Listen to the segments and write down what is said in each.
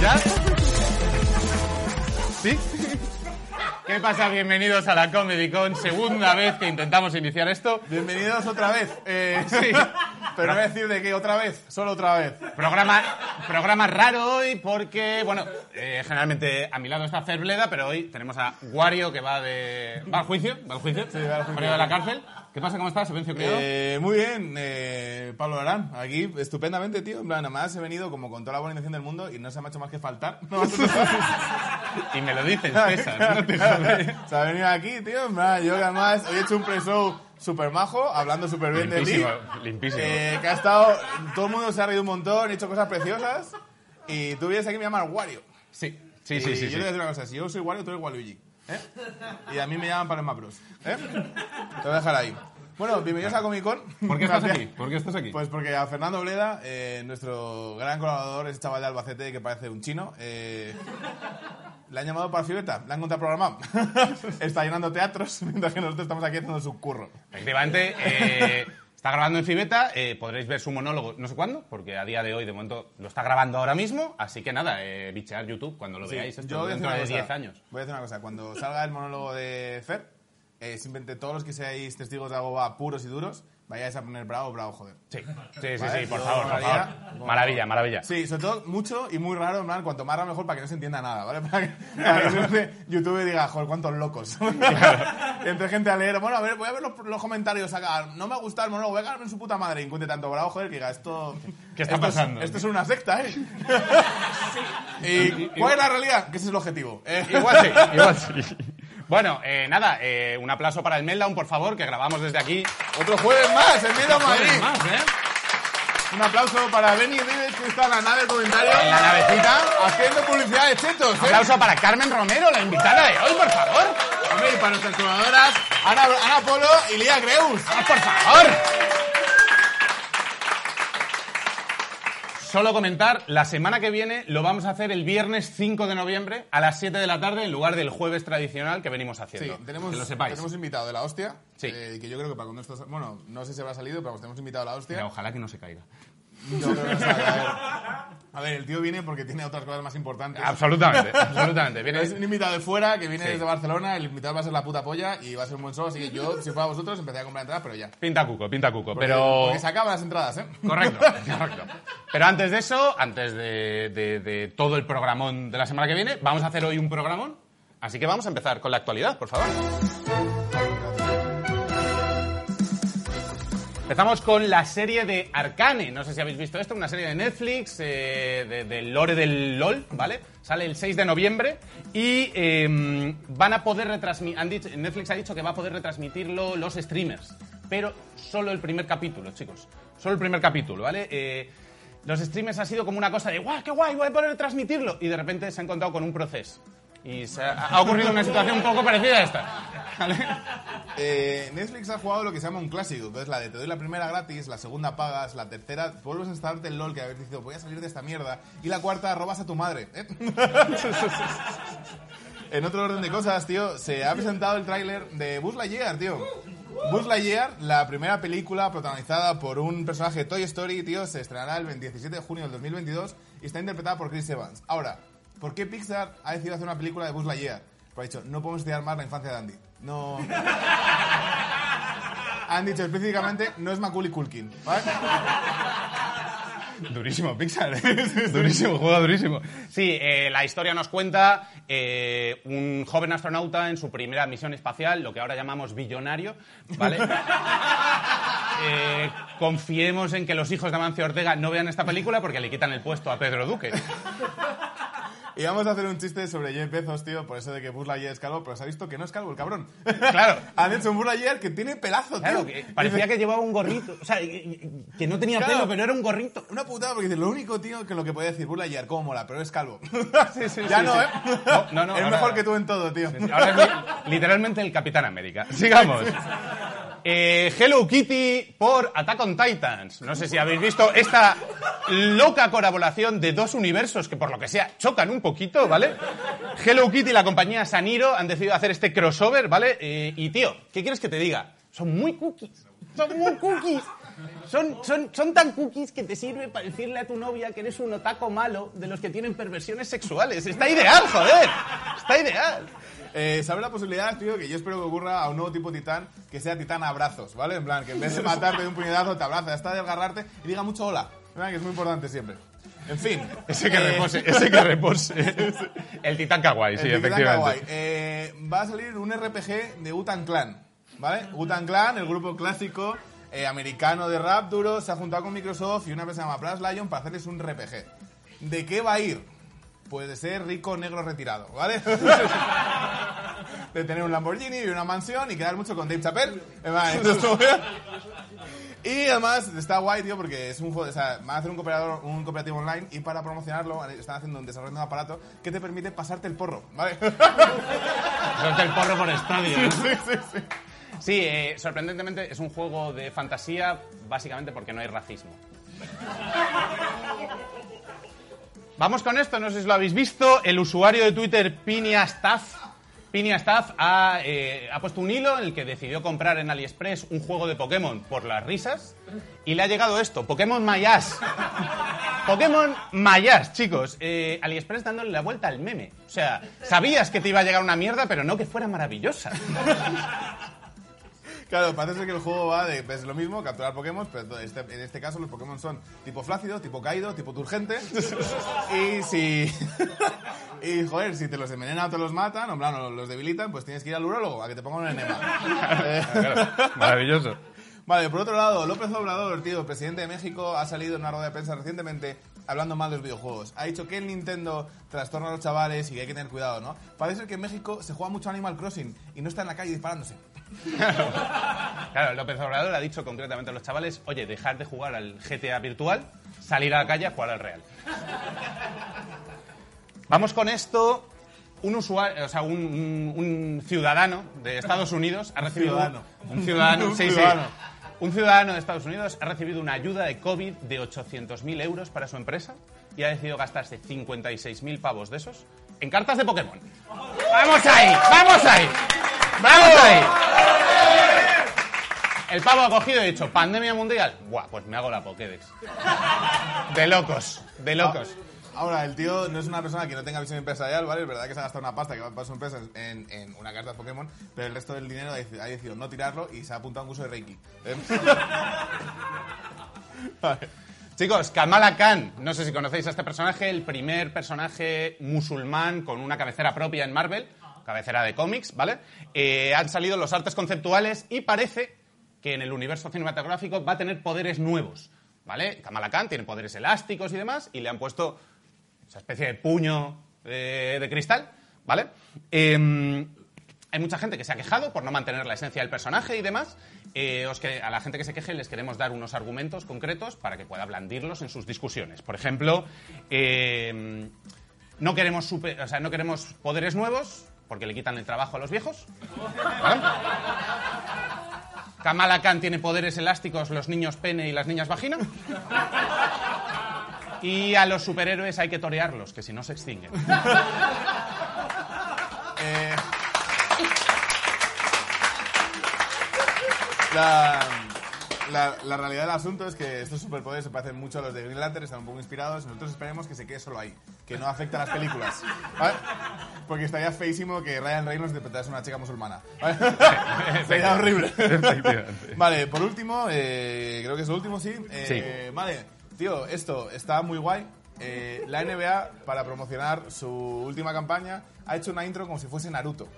¿Ya? ¿Sí? ¿Qué pasa? Bienvenidos a la Comedy Con, segunda vez que intentamos iniciar esto. Bienvenidos otra vez. Eh, Sí. pero voy a decir de qué otra vez, solo otra vez. Programa, programa raro hoy porque, bueno, eh, generalmente a mi lado está Ferbleda, pero hoy tenemos a Wario que va de... ¿Va al juicio? ¿Va al juicio? Sí, va al juicio. Wario de la cárcel. ¿Qué pasa? ¿Cómo estás, Sebencio Criado? Eh, muy bien, eh, Pablo Arán, aquí estupendamente, tío. En plan, nada más he venido como con toda la buena intención del mundo y no se me ha hecho más que faltar. No, Y me lo dices, César. no te jodes. se ha venido aquí, tío. En plan, yo que además hoy he hecho un pre-show súper majo, hablando súper bien de ti. Limpísimo, limpísimo. Eh, que ha estado, todo el mundo se ha reído un montón, he hecho cosas preciosas. Y tú vienes aquí y me llamas Wario. Sí, sí, sí, Y sí. sí. eh, Yo te voy a decir una cosa, si yo soy Wario, tú eres Waluigi. ¿eh? Y a mí me llaman Paloma Bros. ¿eh? Te voy a dejar ahí. Bueno, bienvenidos a Comic Con. ¿Por qué estás aquí? ¿Por qué estás aquí? Pues porque a Fernando Bleda, eh, nuestro gran colaborador, ese chaval de Albacete que parece un chino, eh, le han llamado para Fibeta, le han contraprogramado. Está llenando teatros mientras que nosotros estamos aquí haciendo su curro. Efectivamente, eh, está grabando en Fibeta, eh, podréis ver su monólogo no sé cuándo, porque a día de hoy, de momento, lo está grabando ahora mismo, así que nada, eh, bichear YouTube cuando lo Sí, veáis, esto yo voy a decir dentro una de cosa. 10 años. Voy a decir una cosa. Cuando salga el monólogo de Fer, eh, simplemente todos los que seáis testigos de agoba puros y duros, vayáis a poner bravo, bravo, joder. Sí, sí, sí, Vale, sí, por yo favor, por maravilla. favor. Bueno. Maravilla, maravilla. Sí, sobre todo mucho y muy raro, en plan, cuanto más raro mejor para que no se entienda nada, ¿vale? Para que, para que YouTube- YouTube diga, joder, cuántos locos. Y Entre gente a leer, bueno, a ver, voy a ver los, los comentarios acá. No me ha gustado el monólogo, voy a cagarme en su puta madre. Y encuentre tanto bravo, joder, que diga, esto... ¿Qué está esto es- pasando? esto es una secta, ¿eh? Y- ¿Y cuál es la realidad? Que ese es el objetivo. Eh, Igual sí, igual sí. Bueno, eh, nada, eh, un aplauso para el Meldown, por favor, que grabamos desde aquí. Otro jueves más, en Miedo a Madrid. Más, ¿eh? Un aplauso para Benny Vives, que está en la nave de comentarios. En la navecita. Haciendo publicidad de chetos, ¿eh? Aplauso para Carmen Romero, la invitada de hoy, por favor. Hombre, y para nuestras jugadoras, Ana, Ana Polo y Lía Greus. ¡Ah, por favor! Solo comentar, la semana que viene lo vamos a hacer el viernes 5 de noviembre a las 7 de la tarde en lugar del jueves tradicional que venimos Sí, haciendo. tenemos, que lo sepáis. tenemos invitado de la hostia. Sí. eh, que yo creo que para cuando esto. sa- Bueno, no sé si habrá salido, pero vamos, tenemos invitado de la hostia. Mira, ojalá que no se caiga. Yo creo que no sale, a ver. A ver, el tío viene porque tiene otras cosas más importantes. Absolutamente, absolutamente. Viene- Es un invitado de fuera que viene Sí. desde Barcelona. El invitado va a ser la puta polla y va a ser un buen show. Así que yo, si fuera vosotros, empecé a comprar entradas, pero ya. Pinta cuco, pinta cuco, Porque- pero... Porque se acaban las entradas, ¿eh? Correcto, correcto. Pero antes de eso, antes de, de- de todo el programón de la semana que viene, vamos a hacer hoy un programón. Así que vamos a empezar con la actualidad, por favor. Empezamos con la serie de Arcane. No sé si habéis visto esto, una serie de Netflix, eh, de- del lore del LOL, ¿vale? Sale el 6 de noviembre y eh, van a poder retransmitir. Netflix ha dicho que va a poder retransmitirlo los streamers, pero solo el primer capítulo, chicos. Solo el primer capítulo, ¿vale? Eh, los streamers ha sido como una cosa de ¡guau, qué guay! Voy a poder transmitirlo. Y de repente se ha encontrado con un proceso. Y se ha, ha ocurrido una situación un poco parecida a esta. ¿Vale? Eh, Netflix ha jugado lo que se llama un clásico, que es la de te doy la primera gratis, la segunda pagas, la tercera vuelves a instalarte el LOL que habéis dicho voy a salir de esta mierda y la cuarta robas a tu madre. ¿eh? en otro orden de cosas, tío, se ha presentado el tráiler de Buzz Lightyear, tío. Buzz Lightyear, la primera película protagonizada por un personaje de Toy Story, tío, se estrenará el 17 de junio del 2022 y está interpretada por Chris Evans. Ahora, ¿por qué Pixar ha decidido hacer una película de Buzz Lightyear? Porque ha dicho, no podemos estudiar más la infancia de Andy. No, han dicho específicamente no es Macaulay Culkin, ¿vale? Durísimo, Pixar. durísimo, juego durísimo. Sí, eh, la historia nos cuenta eh, un joven astronauta en su primera misión espacial, lo que ahora llamamos billonario, ¿vale? Eh, Confiemos en que los hijos de Amancio Ortega no vean esta película porque le quitan el puesto a Pedro Duque. Y vamos a hacer un chiste sobre Jeff Bezos, tío, por eso de que Buzz Lightyear es calvo, pero se ha visto que no es calvo el cabrón. Claro. Han hecho un Buzz Lightyear que tiene pelazo, tío. Claro, que parecía que llevaba un gorrito. O sea, que que no tenía Claro. pelo, pero era un gorrito. Una putada, porque dice, lo único, tío, que lo que puede decir Buzz Lightyear, cómo mola, pero es calvo. Sí, sí, ya sí, no, sí. ¿eh? No, no, no, es ahora- mejor que tú en todo, tío. Ahora es li- literalmente el Capitán América. Sigamos. Eh, Hello Kitty por Attack on Titans. No sé si habéis visto esta loca colaboración de dos universos que por lo que sea chocan un poquito, ¿vale? Hello Kitty y la compañía Saniro han decidido hacer este crossover, ¿vale? Eh, y tío, ¿qué quieres que te diga? Son muy cookies. Son muy cookies. Son, son, son tan cookies que te sirve para decirle a tu novia que eres un otaco malo de los que tienen perversiones sexuales. Está ideal, joder. Está ideal. Eh, ¿Sabes la posibilidad, tío, que yo espero que ocurra a un nuevo tipo titán, que sea titán a abrazos, ¿vale? En plan, que en vez de matarte de un puñetazo, te abraza, hasta desgarrarte y diga mucho hola. En plan, que es muy importante siempre. En fin. Ese que eh, repose, ese que repose. El titán kawaii, sí, el titán efectivamente. kawaii. Eh, va a salir un RPG de Utan Clan, ¿vale? Utan Clan, el grupo clásico eh, americano de rap duro, se ha juntado con Microsoft y una empresa llamada Plus Lion para hacerles un RPG. ¿De qué va a ir? Pues de ser rico negro retirado, ¿vale? de tener un Lamborghini y una mansión y quedar mucho con Dave Chappelle. Eh, va, eso es todo. Y además está guay, tío, porque es un juego, o sea, van a hacer un cooperador, un cooperativo online y para promocionarlo han- están haciendo un desarrollo de un aparato que te permite pasarte el porro, ¿vale? Suelta el porro por estadio. ¿no? Sí, eh, sorprendentemente es un juego de fantasía básicamente porque no hay racismo. Vamos con esto, no sé si lo habéis visto. El usuario de Twitter PiniaStaff PiniaStaff ha, eh, ha puesto un hilo en el que decidió comprar en AliExpress un juego de Pokémon por las risas y le ha llegado esto, Pokémon Mayas. Pokémon Mayas, chicos. Eh, AliExpress dándole la vuelta al meme. O sea, sabías que te iba a llegar una mierda, pero no que fuera maravillosa. Claro, parece ser que el juego va de, es lo mismo, capturar Pokémon, pero este- en este caso los Pokémon son tipo flácido, tipo caído, tipo turgente. y si... y, joder, si te los envenenan o te los matan, o en plan, o los debilitan, pues tienes que ir al urólogo a que te pongan un enema. Eh, Maravilloso. Vale, por otro lado, López Obrador, tío, presidente de México, ha salido en una rueda de prensa recientemente hablando mal de los videojuegos. Ha dicho que el Nintendo trastorna a los chavales y que hay que tener cuidado, ¿no? Parece ser que en México se juega mucho Animal Crossing y no está en la calle disparándose. Claro, López Obrador ha dicho concretamente a los chavales, oye, dejar de jugar al GTA virtual, salir a la calle a jugar al real. Vamos con esto. Un usuario, o sea, un, un- un ciudadano de Estados Unidos ha recibido... ciudadano. Un ciudadano, Un sí, sí. ciudadano. Un ciudadano de Estados Unidos ha recibido una ayuda de COVID de 800.000 euros para su empresa y ha decidido gastarse 56.000 pavos de esos en cartas de Pokémon. ¡Vamos ahí! ¡Vamos ahí! ¡Vamos ahí! El pavo ha cogido y ha dicho, pandemia mundial. Buah, pues me hago la Pokédex. De locos, de locos. Ahora, el tío no es una persona que no tenga visión empresarial, ¿vale? Es verdad que se ha gastado una pasta que va para su empresa en, en una carta de Pokémon, pero el resto del dinero ha deci- ha decidido no tirarlo y se ha apuntado a un curso de Reiki. Em, Chicos, Kamala Khan, no sé si conocéis a este personaje, el primer personaje musulmán con una cabecera propia en Marvel, cabecera de cómics, ¿vale? Eh, han salido los artes conceptuales y parece que en el universo cinematográfico va a tener poderes nuevos, ¿vale? Kamala Khan tiene poderes elásticos y demás, y le han puesto esa especie de puño eh, de cristal, ¿vale? Em, hay mucha gente que se ha quejado por no mantener la esencia del personaje y demás. Eh, os que- a la gente que se queje les queremos dar unos argumentos concretos para que pueda blandirlos en sus discusiones. Por ejemplo, em, no, queremos super- o sea, no queremos poderes nuevos porque le quitan el trabajo a los viejos. ¿Vale? Kamala Khan tiene poderes elásticos, los niños pene y las niñas vagina. Y a los superhéroes hay que torearlos, que si no se extinguen. Eh, la, la- la realidad del asunto es que estos superpoderes se parecen mucho a los de Green Lantern, están un poco inspirados. Nosotros esperemos que se quede solo ahí, que no afecte a las películas. ¿vale? Porque estaría feísimo que Ryan Reynolds interpretase a una chica musulmana. ¿vale? Sería horrible. Vale, por último, eh, creo que es lo último, sí. Eh, Vale, tío, esto está muy guay. Eh, la NBA, para promocionar su última campaña, ha hecho una intro como si fuese Naruto.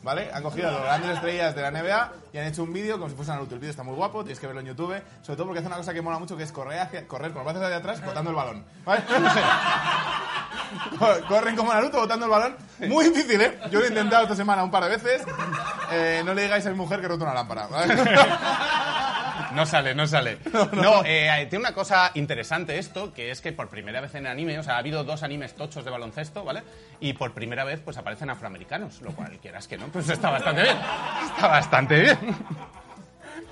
¿Vale? Han cogido a las grandes estrellas de la NBA y han hecho un vídeo como si fuese Naruto. El vídeo está muy guapo, tienes que verlo en YouTube, sobre todo porque hace una cosa que mola mucho, que es correr, hacia- correr con los brazos hacia atrás botando el balón. ¿Vale? No sé. Cor- Corren como Naruto botando el balón. Muy difícil, ¿eh? Yo lo he intentado esta semana un par de veces. Eh, no le digáis a mi mujer que he roto una lámpara. ¿vale? No sale, no sale. No, eh, tiene una cosa interesante esto, que es que por primera vez en anime, o sea, ha habido dos animes tochos de baloncesto, ¿vale? Y por primera vez, pues aparecen afroamericanos, lo cual quieras que no, pues está bastante bien. Está bastante bien.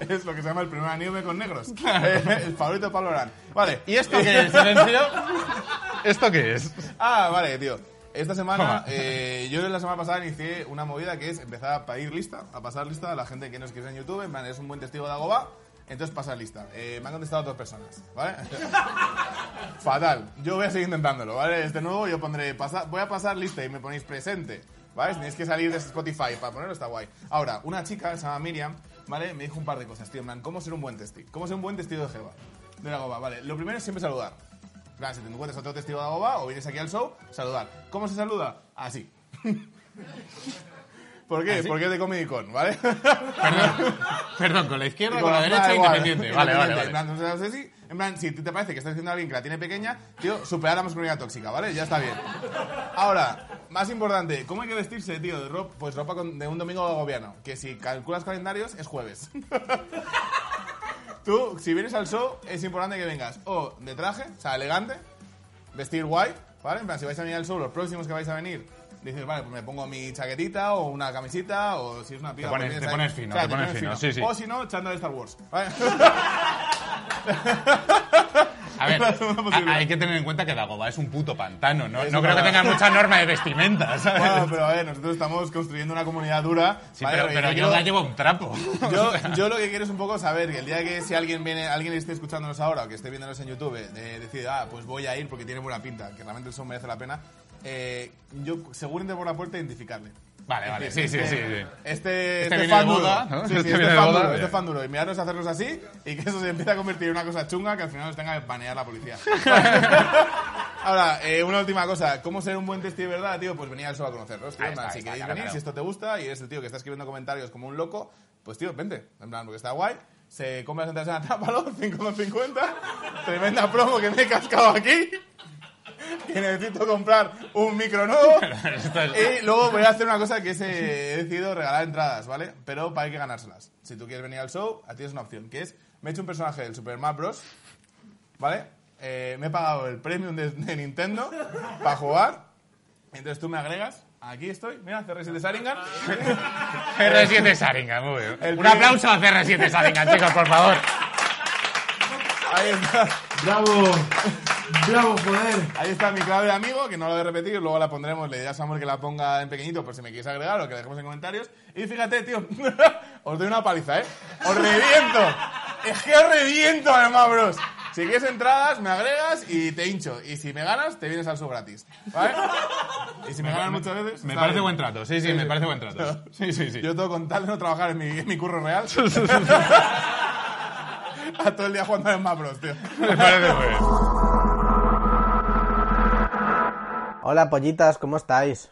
Es lo que se llama el primer anime con negros. Eh, el favorito de Pablo Arán. Vale. ¿Y esto qué es, silencio? ¿Esto qué es? Ah, vale, tío. Esta semana, Toma. eh, yo la semana pasada inicié una movida que es empezar a pedir lista, a pasar lista a la gente que nos escribe en YouTube. En plan, eres un buen testigo de Agoba, entonces pasa lista. Eh, me han contestado dos personas, ¿vale? Fatal. Yo voy a seguir intentándolo, ¿vale? Este nuevo yo pondré, pasa- voy a pasar lista y me ponéis presente, ¿vale? Si tenéis que salir de Spotify para ponerlo, está guay. Ahora, una chica, se llama Miriam, ¿vale? Me dijo un par de cosas, tío. En plan, ¿cómo ser un buen testigo? ¿Cómo ser un buen testigo de Jeva? De la Agoba, vale. Lo primero es siempre saludar. En plan, si te encuentras a otro testigo de Agoba o vienes aquí al show, saludar. ¿Cómo se saluda? Así. ¿Por qué? Porque es de Comedy Con, ¿vale? Perdón, perdón, con la izquierda, Y con la da derecha, igual. independiente. Vale, vale, Independiente. vale. En plan, no sé si- en plan, si te parece que estás diciendo a alguien que la tiene pequeña, tío, superar la masculinidad tóxica, ¿vale? Ya está bien. Ahora, más importante, ¿cómo hay que vestirse, tío? De ropa, pues ropa con- de un domingo agobiano, que si calculas calendarios es jueves. Tú, si vienes al show, es importante que vengas o de traje, o sea, elegante, vestir guay, ¿vale? En plan, si vais a venir al show, los próximos que vais a venir, dices, vale, pues me pongo mi chaquetita o una camisita o si es una piba... pones- pues te vienes ahí- pones fino, o sea, te pones fino, sí, sí. O si no, chándal de Star Wars, ¿vale? A ver, Es la segunda posibilidad. a- hay que tener en cuenta que Dagoba es un puto pantano, ¿no? Es No un creo que pantano. tenga mucha norma de vestimenta, ¿sabes? Bueno, pero a ver, nosotros estamos construyendo una comunidad dura. sí, ¿vale? pero, Y pero yo quiero- la llevo un trapo. yo, yo lo que quiero es un poco saber que el día que si alguien viene, alguien esté escuchándonos ahora o que esté viéndonos en YouTube, eh, decide, ah, pues voy a ir porque tiene buena pinta, que realmente el son merece la pena, eh, yo seguramente por la puerta identificarle. Vale, vale, sí, sí, sí. sí. Este, este, viene de fan duro, boda, ¿no? Sí, Este sí, este, viene de fan boda, duro, ya. este fan duro. Y mirarnos a hacernos así y que eso se empiece a convertir en una cosa chunga que al final nos tenga que banear la policía. Ahora, eh, una última cosa. ¿Cómo ser un buen testigo de verdad, tío? Pues venir al show a conocernos, tío. Ahí En plan, está, ahí si está, queréis claro, venir, claro. si esto te gusta y eres el tío que está escribiendo comentarios como un loco, pues tío, vente. En plan, porque está guay. Se come las entradas en Atápalo, 5,50. Tremenda promo que me he cascado aquí. Que necesito comprar un micro nuevo. Esto es- Y luego voy a hacer una cosa que es, eh, he decidido regalar entradas, ¿vale? Pero para hay que ganárselas. Si tú quieres venir al show, a ti es una opción, que es, me he hecho un personaje del Super Mario Bros. ¿Vale? Eh, me he pagado el premium de, de Nintendo para jugar. Entonces tú me agregas. Aquí estoy. Mira, CR7 de Sharingan. CR7 Saringa, muy bien. El Un primer- aplauso a CR7 Saringa, chicos, por favor. Ahí está. ¡Bravo! ¡Bravo, joder! Ahí está mi clave de amigo, que no la voy a repetir, luego la pondremos, le diré a Samuel que la ponga en pequeñito por si me quieres agregar o que la dejemos en comentarios. Y fíjate, tío, os doy una paliza, ¿eh? ¡Os reviento! ¡Es que os reviento, además, bros! Si quieres entradas, me agregas y te hincho. Y si me ganas, te vienes al show gratis. ¿Vale? Y si me, ganas muchas veces... Me está parece bien. buen trato, sí, sí, me parece buen trato. Sí, sí, sí. Yo tengo con tal de no trabajar en mi, en mi curro real. a todo el día jugando a más bros, tío. Me parece muy bien. Hola pollitas, ¿cómo estáis?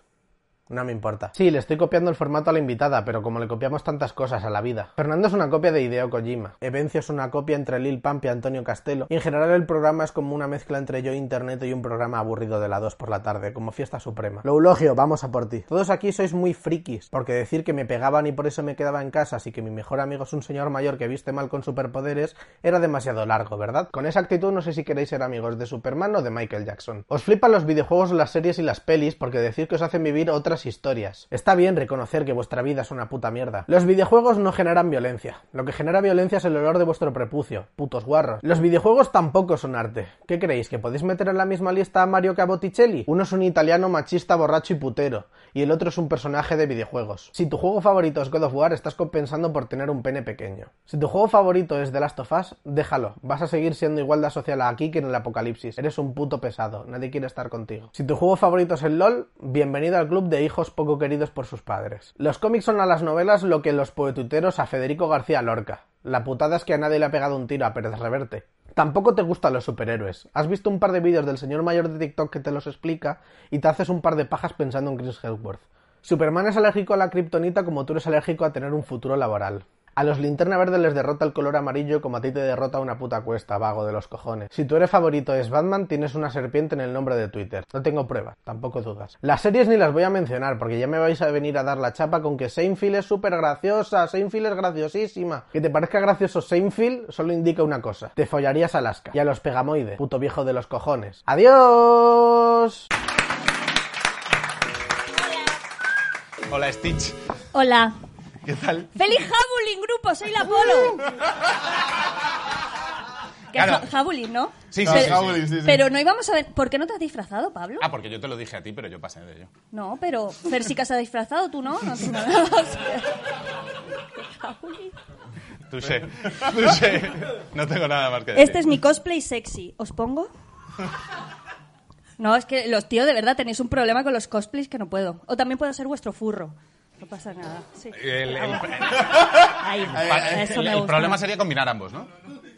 No me importa. Sí, le estoy copiando el formato a la invitada, pero como le copiamos tantas cosas a la vida. Fernando es una copia de Ideo Kojima. Evencio es una copia entre Lil Pamp y Antonio Castelo. Y en general el programa es como una mezcla entre yo e internet y un programa aburrido de la 2 por la tarde, como fiesta suprema. Lo eulogio, vamos a por ti. Todos aquí sois muy frikis, porque decir que me pegaban y por eso me quedaba en casa, así que mi mejor amigo es un señor mayor que viste mal con superpoderes, era demasiado largo, ¿verdad? Con esa actitud no sé si queréis ser amigos de Superman o de Michael Jackson. Os flipan los videojuegos, las series y las pelis porque decís que os hacen vivir otras historias. Está bien reconocer que vuestra vida es una puta mierda. Los videojuegos no generan violencia. Lo que genera violencia es el olor de vuestro prepucio. Putos guarros. Los videojuegos tampoco son arte. ¿Qué creéis? ¿Que podéis meter en la misma lista a Mario que a Botticelli? Uno es un italiano machista, borracho y putero. Y el otro es un personaje de videojuegos. Si tu juego favorito es God of War, estás compensando por tener un pene pequeño. Si tu juego favorito es The Last of Us, déjalo. Vas a seguir siendo igual de asocial aquí que en el apocalipsis. Eres un puto pesado. Nadie quiere estar contigo. Si tu juego favorito es el LOL, bienvenido al club de hijos poco queridos por sus padres. Los cómics son a las novelas lo que los poetuteros a Federico García Lorca. La putada es que a nadie le ha pegado un tiro a Pérez Reverte. Tampoco te gustan los superhéroes. Has visto un par de vídeos del señor mayor de TikTok que te los explica y te haces un par de pajas pensando en Chris Hemsworth. Superman es alérgico a la kriptonita como tú eres alérgico a tener un futuro laboral. A los linterna verde les derrota el color amarillo como a ti te derrota una puta cuesta, vago de los cojones. Si tu eres favorito es Batman, tienes una serpiente en el nombre de Twitter. No tengo pruebas, tampoco dudas. Las series ni las voy a mencionar porque ya me vais a venir a dar la chapa con que Seinfeld es súper graciosa, Seinfeld es graciosísima. Que te parezca gracioso Seinfeld solo indica una cosa. Te follarías a Alaska y a los pegamoides, puto viejo de los cojones. ¡Adiós! Hola, Stitch. Hola. ¿Qué tal? ¡Feliz Jabulín, grupo! ¡Soy la Polo! Que es Uh. Claro. Ja- Jabulín, ¿no? Sí, sí, Ah, sí, sí. Jauli, sí, sí. Pero no íbamos a ver... ¿Por qué no te has disfrazado, Pablo? Ah, porque yo te lo dije a ti, pero yo pasé de ello. No, pero Fer sí que se ha disfrazado, tú no. No, tú no. O sea, Jabulín. Tú sé. Tú sé. No tengo nada más que decir. Este es mi cosplay sexy. ¿Os pongo? No, es que los tíos de verdad tenéis un problema con los cosplays que no puedo. O también puedo ser vuestro furro. No pasa nada. Sí. El, el- Ahí va. pa- Eso el- me el gusta. problema sería combinar ambos, ¿no?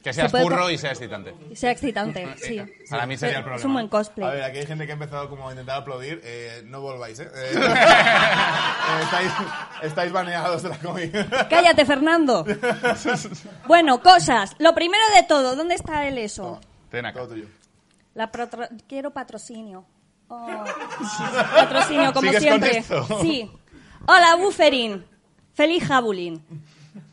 Que seas puede burro co- y sea excitante. Que sea excitante, sí. Para mí sería el Es un buen problema. cosplay. A ver, aquí hay gente que ha empezado como a intentar aplaudir. Eh, no volváis, ¿eh? Eh, eh, estáis, estáis baneados de la comida. Cállate, Fernando. Bueno, cosas. Lo primero de todo, ¿dónde está el eso? Ten acá. Todo tuyo. La patro- Quiero patrocinio. Oh. Patrocinio, como ¿Sigues con siempre. esto? Sí. Hola, Buferín. Feliz Jabulín.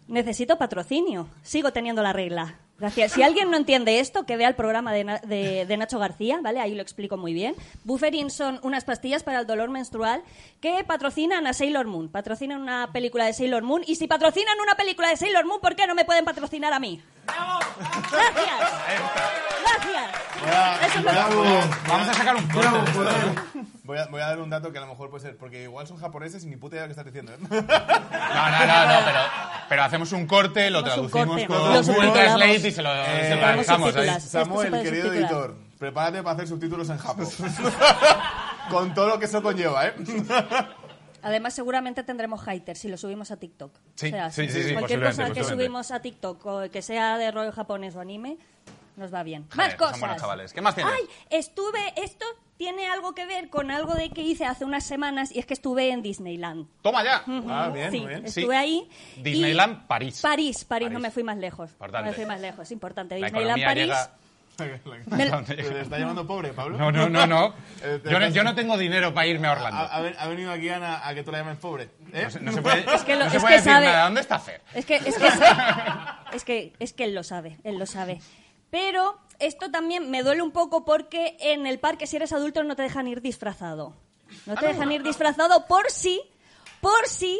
Necesito patrocinio. Sigo teniendo la regla. Gracias. Si alguien no entiende esto, que vea el programa de, Na- de- de Nacho García, ¿vale? Ahí lo explico muy bien. Buferin son unas pastillas para el dolor menstrual que patrocinan a Sailor Moon. Patrocinan una película de Sailor Moon. Y si patrocinan una película de Sailor Moon, ¿por qué no me pueden patrocinar a mí? ¡Gracias! ¡Gracias! Eso es lo que- Vamos a sacar un corte. de esto. Voy a, voy a dar un dato que a lo mejor puede ser, porque igual son japoneses y ni puta idea de lo que estás diciendo. ¿eh? No, no, no, no, pero, pero hacemos un corte, lo Hacemos un traducimos corte. con Lo Google subtitulamos. Translate y se lo, Eh, se lo Ponemos dejamos ahí. Samuel, subtítulos. Esto se puede querido subtitular. editor, prepárate para hacer subtítulos en Japón. Con todo lo que eso conlleva, ¿eh? Además, seguramente tendremos haters si lo subimos a TikTok. Sí, O sea, sí, sí, sí, cualquier posiblemente, cosa que posiblemente. subimos a TikTok, o que sea de rollo japonés o anime, nos va bien. Joder, más cosas. son buenos chavales. ¿Qué más tienes? Ay, estuve. Esto tiene algo que ver con algo de que hice hace unas semanas y es que estuve en Disneyland. Toma ya. Ah, bien, sí, muy bien. estuve Sí. ahí. y- Disneyland, París. París, París, no París. me fui más lejos. Importante. No me fui más lejos, importante. La Disneyland, economía París. llega... Me- ¿Dónde ¿Te llega? está llamando pobre, Pablo? No, no, no, no. Eh, Ah, Yo no, yo no tengo dinero para irme a Orlando. Ha, ha ven- ha venido aquí Ana a que tú la llames pobre. ¿eh? No se, no se puede, que lo- no se es puede que decir sabe. nada. ¿Dónde está Fer? Es que, es que, es que, es que él lo sabe, él lo sabe. Pero esto también me duele un poco porque en el parque si eres adulto no te dejan ir disfrazado. No te dejan ir disfrazado por si, por si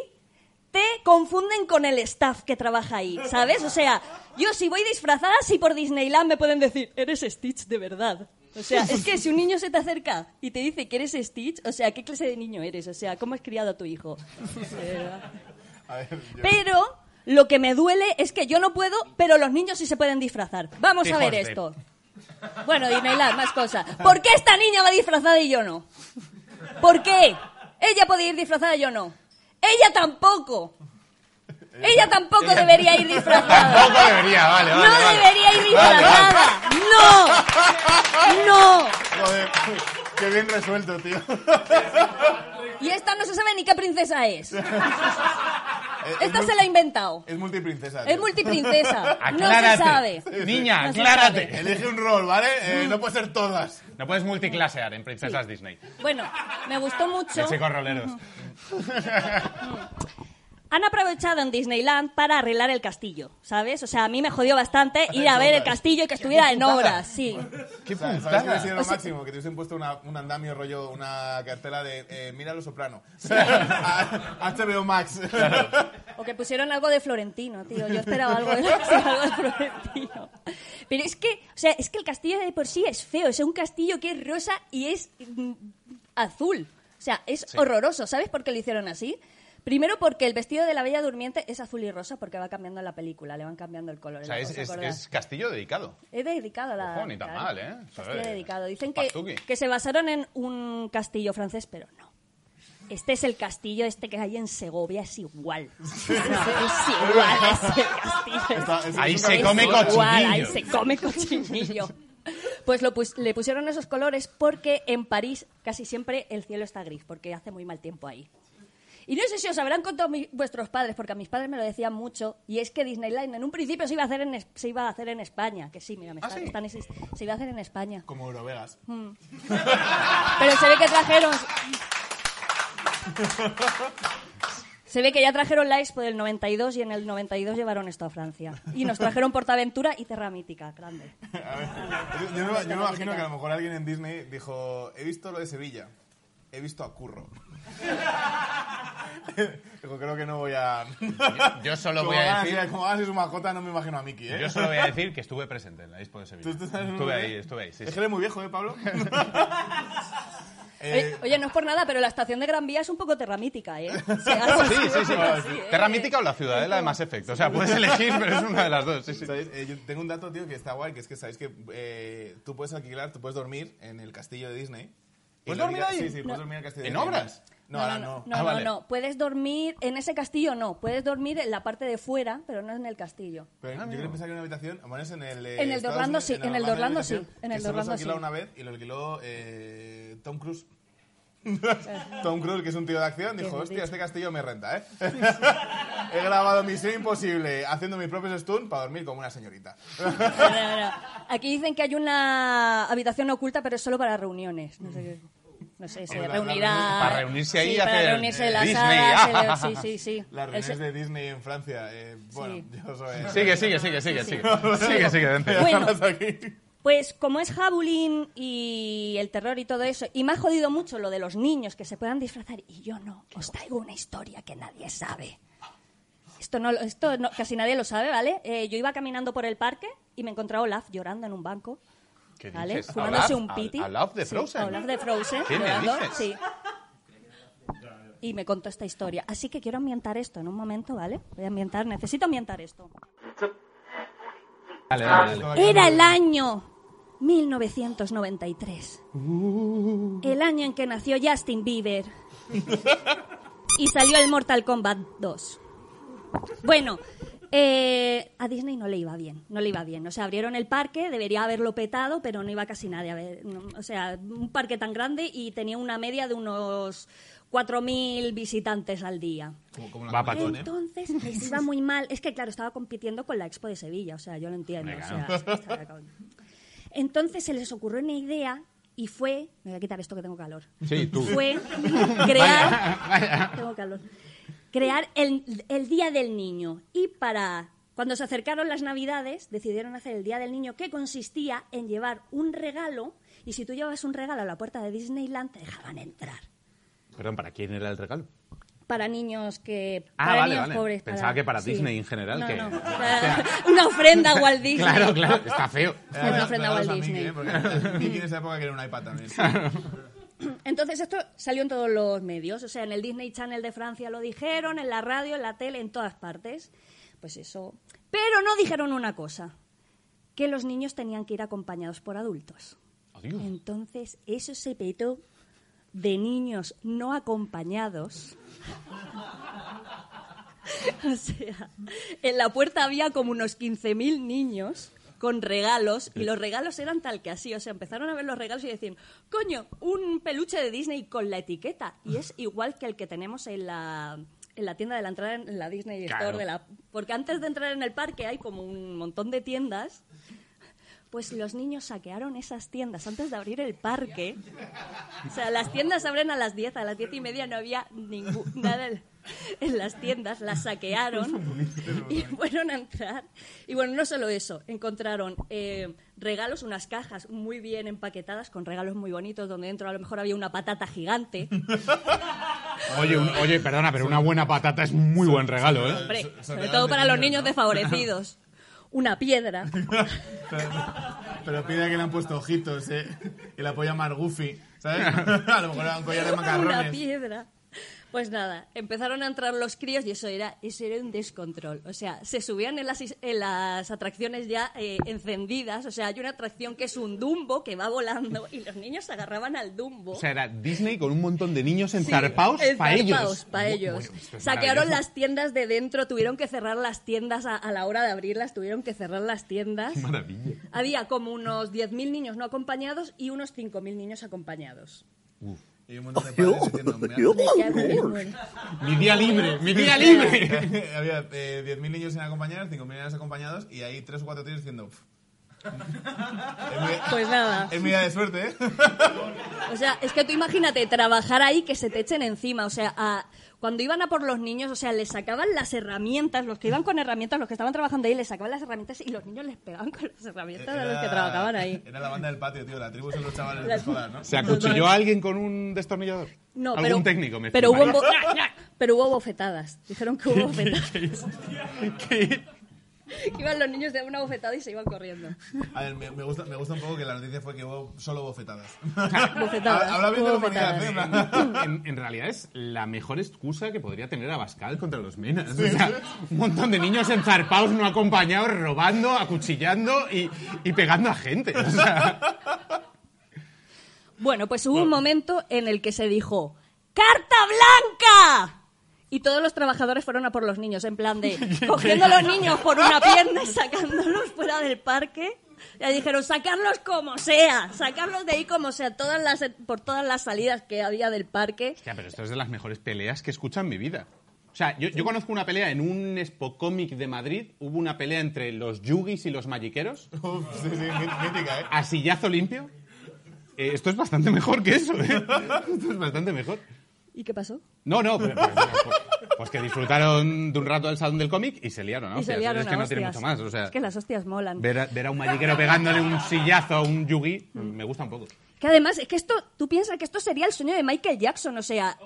te confunden con el staff que trabaja ahí, ¿sabes? O sea, yo si voy disfrazada, si por Disneyland me pueden decir, eres Stitch de verdad. O sea, es que si un niño se te acerca y te dice que eres Stitch, o sea, ¿qué clase de niño eres? O sea, ¿cómo has criado a tu hijo? O sea, A ver, yo- pero lo que me duele es que yo no puedo, pero los niños sí se pueden disfrazar. Vamos a Hijos ver de- esto. Bueno, Disneyland, más cosas. ¿Por qué esta niña va disfrazada y yo no? ¿Por qué? Ella podía ir disfrazada y yo no. Ella tampoco. Ella tampoco debería ir disfrazada. Tampoco debería, vale, vale. no vale. debería Vale, ir vale. disfrazada. No. No. Joder, qué bien resuelto, tío. Y esta no se sabe ni qué princesa es. Esta se la ha inventado. Es multiprincesa. Es tío. multiprincesa. No se Aclárate. sabe. Niña, No se aclárate. sabe. Elige un rol, ¿vale? Eh, no puede ser todas. No puedes multiclasear en Princesas Disney. Bueno, me gustó mucho. De chicos roleros. Han aprovechado en Disneyland para arreglar el castillo, ¿sabes? O sea, a mí me jodió bastante ir a ver el castillo y que estuviera en obras, sí. ¿Qué ¿Sabes qué hubiera sido lo O sea- máximo? Que te hubiesen puesto una, un andamio rollo, una cartela de eh, Mira lo soprano. A- HBO Max. O que pusieron algo de Florentino, tío. Yo esperaba algo de, algo de Florentino. Pero es que, o sea, es que el castillo de por sí es feo. Es un castillo que es rosa y es mm, azul. O sea, es horroroso. ¿Sabes por qué lo hicieron así? Primero porque el vestido de la Bella Durmiente es azul y rosa porque va cambiando en la película, le van cambiando el color. O sea, ¿os es, es- acordáis? es castillo dedicado. He dedicado a la. Ojo, ni tan claro, mal, ¿eh? Castillo Joder. dedicado. Dicen que, Pastuqui. que se basaron en un castillo francés, pero no. Este es el castillo, este que hay en Segovia, es igual. No, es igual, es el castillo. Está- es- Ahí es se una- come Es cochinillo. igual, ahí se come cochinillo. Pues lo pus- le pusieron esos colores porque en París casi siempre el cielo está gris, porque hace muy mal tiempo ahí. Y no sé si os habrán contado mi- vuestros padres, porque a mis padres me lo decían mucho, y es que Disneyland en un principio se iba a hacer en, es- se iba a hacer en España, que sí, mira, me ¿Ah, están- sí? están exist- se iba a hacer en España. Como Eurovegas. Pero se ve que trajeron... Se ve que ya trajeron la Expo del 92 y en el 92 llevaron esto a Francia. Y nos trajeron Portaventura y Terra Mítica, grande. Yo, yo me, yo me imagino que a lo mejor alguien en Disney dijo, he visto lo de Sevilla, he visto a Curro. dijo, creo que no voy a... Yo solo Como voy a hagan decir. así- Como "Ah, hagas su majota, no me imagino a Mickey, ¿eh? Yo solo voy a decir que estuve presente en la Expo de Sevilla. Tú- tú sabes muy Estuve bien. ahí, estuve ahí. sí, Es sí. que eres muy viejo, ¿eh, Pablo? Oye, Eh, oye, no es por nada, pero la estación de Gran Vía es un poco terramítica, ¿eh? Sí, Sí, sí, sí. ¿eh? Terra Mítica o la Ciudadela de Mass Effect. O sea, puedes elegir, pero es una de las dos. Sí, sí. ¿Sabéis? Eh, yo tengo un dato, tío, que está guay, que es que sabéis que eh, tú puedes alquilar, tú puedes dormir en el castillo de Disney. Y ¿Puedes la dormir única- ahí? Sí, sí, No. puedes dormir en el castillo de ¿En Disney. obras? No, ahora no. No, Ah, no, vale. no. Puedes dormir en ese castillo, no. Puedes dormir en la parte de fuera, pero no en el castillo. Pero yo creo que pensaba que era una habitación, bueno, es en el... eh, En el de Estados Orlando Unidos- sí, en el de hay una Orlando sí, habitación en que el de solo se Orlando alquiló sí. una vez y lo alquiló eh, Tom Cruise. Tom Cruise, que es un tío de acción, dijo, Qué hostia, rico". este castillo me renta, ¿eh? He grabado Misión Imposible haciendo mis propios stunts para dormir como una señorita. No, no, no. Aquí dicen que hay una habitación oculta, pero es solo para reuniones. No sé qué. No sé, se Hombre, la- la reunirá. reunión- para reunirse ahí Sí, y para hacer, reunirse eh, en la Disney. sala. se le- sí, sí, sí. Las El se- reuniones de Disney en Francia, eh, bueno, Sí. yo soy... Sigue, sigue, sigue, sigue, sigue. Sigue, sigue, vente. Bueno. Hasta aquí. Pues como es Jabulín y el terror y todo eso, y me ha jodido mucho lo de los niños que se puedan disfrazar y yo no, os traigo una historia que nadie sabe. Esto, no, lo- esto no- casi nadie lo sabe, ¿vale? Eh, yo iba caminando por el parque y me encontré a Olaf llorando en un banco. ¿Qué ¿Vale? dices? Fumándose ¿Olaf? un piti. ¿Al- Olaf de Sí, Frozen? Olaf de Frozen. ¿Qué me llorando, dices? Sí. Y me contó esta historia. Así que quiero ambientar esto en un momento, ¿vale? Voy a ambientar, necesito ambientar esto. Dale, dale, dale. Era el año 1993. El año en que nació Justin Bieber. Y salió el Mortal Kombat 2. Bueno, eh, a Disney no le iba bien, no le iba bien. O sea, abrieron el parque, debería haberlo petado, pero no iba casi nadie a ver. no, o sea, un parque tan grande y tenía una media de unos 4.000 visitantes al día. Como, como Va para tú. Entonces les iba muy mal. Es que, claro, estaba compitiendo con la Expo de Sevilla, o sea, yo lo entiendo. o sea, estaba cabrón. Entonces se les ocurrió una idea y fue. Me voy a quitar esto que tengo calor. Sí, tú. Fue crear. Tengo calor. Crear el, el Día del Niño. Y para. Cuando se acercaron las Navidades, decidieron hacer el Día del Niño, que consistía en llevar un regalo. Y si tú llevabas un regalo a la puerta de Disneyland, te dejaban entrar. Perdón, ¿para quién era el regalo? Para niños que. Ah, para vale, niños vale. pobres. Pensaba que para Disney en general, No, que- no. O Una ofrenda a Walt Disney. Claro, claro, está feo. Fue una ofrenda a Walt Disney. ¿eh? Mickey en esa época quería un iPad también. Entonces esto salió en todos los medios, o sea, en el Disney Channel de Francia lo dijeron, en la radio, en la tele, en todas partes. Pues eso. Pero no dijeron una cosa, que los niños tenían que ir acompañados por adultos. Adiós. Entonces eso se petó de niños no acompañados. O sea, en la puerta había como unos 15.000 niños con regalos y los regalos eran tal que así. O sea, empezaron a ver los regalos y decían, coño, un peluche de Disney con la etiqueta. Y es igual que el que tenemos en la, en la tienda de la entrada en la Disney Claro. Store. De la, porque antes de entrar en el parque hay como un montón de tiendas. Pues los niños saquearon esas tiendas antes de abrir el parque. O sea, las tiendas abren a las 10, a las 10 y media no había ningún, nada en, en las tiendas, las saquearon y fueron a entrar. Y bueno, no solo eso, encontraron eh, regalos, unas cajas muy bien empaquetadas, con regalos muy bonitos, donde dentro a lo mejor había una patata gigante. Oye, un- oye, perdona, pero una buena patata es muy buen regalo, ¿eh? Hombre, so- sobre regalos todo de para los niños, niños ¿no? desfavorecidos. Una piedra. Pero, pero pide que le han puesto ojitos, ¿eh? Y la polla más goofy, ¿sabes? A lo mejor era un collar de una macarrones. piedra. Pues nada, empezaron a entrar los críos y eso era, eso era un descontrol. O sea, se subían en las, is- en las atracciones ya eh, encendidas. O sea, hay una atracción que es un dumbo que va volando y los niños se agarraban al dumbo. O sea, era Disney con un montón de niños Sí, enzarpaos para ellos. enzarpaos pa' ellos. Bueno, esto es Saquearon maravilloso. las tiendas de dentro, tuvieron que cerrar las tiendas a, a la hora de abrirlas, tuvieron que cerrar las tiendas. Maravilla. Había como unos 10.000 niños no acompañados y unos 5.000 niños acompañados. Y un montón de padres diciendo, me han- Mi día libre, mi día libre. Había eh, 10.000 niños sin acompañar, 5.000 niños acompañados y hay 3 o 4 tíos diciendo... "Pff". Es mi- Pues nada. Es mi día de suerte, ¿eh? O sea, es que tú imagínate trabajar ahí que se te echen encima. O sea, a- cuando iban a por los niños, o sea, les sacaban las herramientas, los que iban con herramientas, los que estaban trabajando ahí, les sacaban las herramientas y los niños les pegaban con las herramientas de los Eh, que Era- trabajaban ahí. Era la banda del patio, tío. La tribu son los chavales de escuela, ¿no? ¿Se acuchilló a alguien con un destornillador? No, ¿Algún pero, técnico? Me pero, hubo flipa. bo- pero hubo bofetadas. Dijeron que hubo bofetadas. Que iban los niños de una bofetada y se iban corriendo. A ver, me, me gusta, me gusta un poco que la noticia fue que hubo solo bofetadas. Bofetadas. Habla bien de la hubo humanidad, bofetadas. ¿eh? Una- En, en realidad es la mejor excusa que podría tener Abascal contra los menas. O sea, un montón de niños enzarpados, no acompañados, robando, acuchillando y, y pegando a gente. O sea, Bueno, pues hubo un momento en el que se dijo ¡Carta blanca! Y todos los trabajadores fueron a por los niños, en plan de cogiendo a los niños por una pierna y sacándolos fuera del parque. Ya dijeron, sacarlos como sea, sacarlos de ahí como sea, todas las, por todas las salidas que había del parque. Hostia, pero esto es de las mejores peleas que he escuchado en mi vida. O sea, yo, yo conozco una pelea en un Expo Comic de Madrid. Hubo una pelea entre los yugis y los magiqueros. Uf, sí, sí, mí- mítica, ¿eh? A sillazo limpio. Eh, esto es bastante mejor que eso, ¿eh? Esto es bastante mejor. ¿Y qué pasó? No, no, pero, pero, pues, pues que disfrutaron de un rato del salón del cómic y se liaron, ¿no? y se liaron es que a no tiene hostias. mucho más, o sea, Es que las hostias molan. ver, a, ver a un magiquero pegándole un sillazo a un yugi me gusta un poco. Que además, es que esto, tú piensas que esto sería el sueño de Michael Jackson, o sea,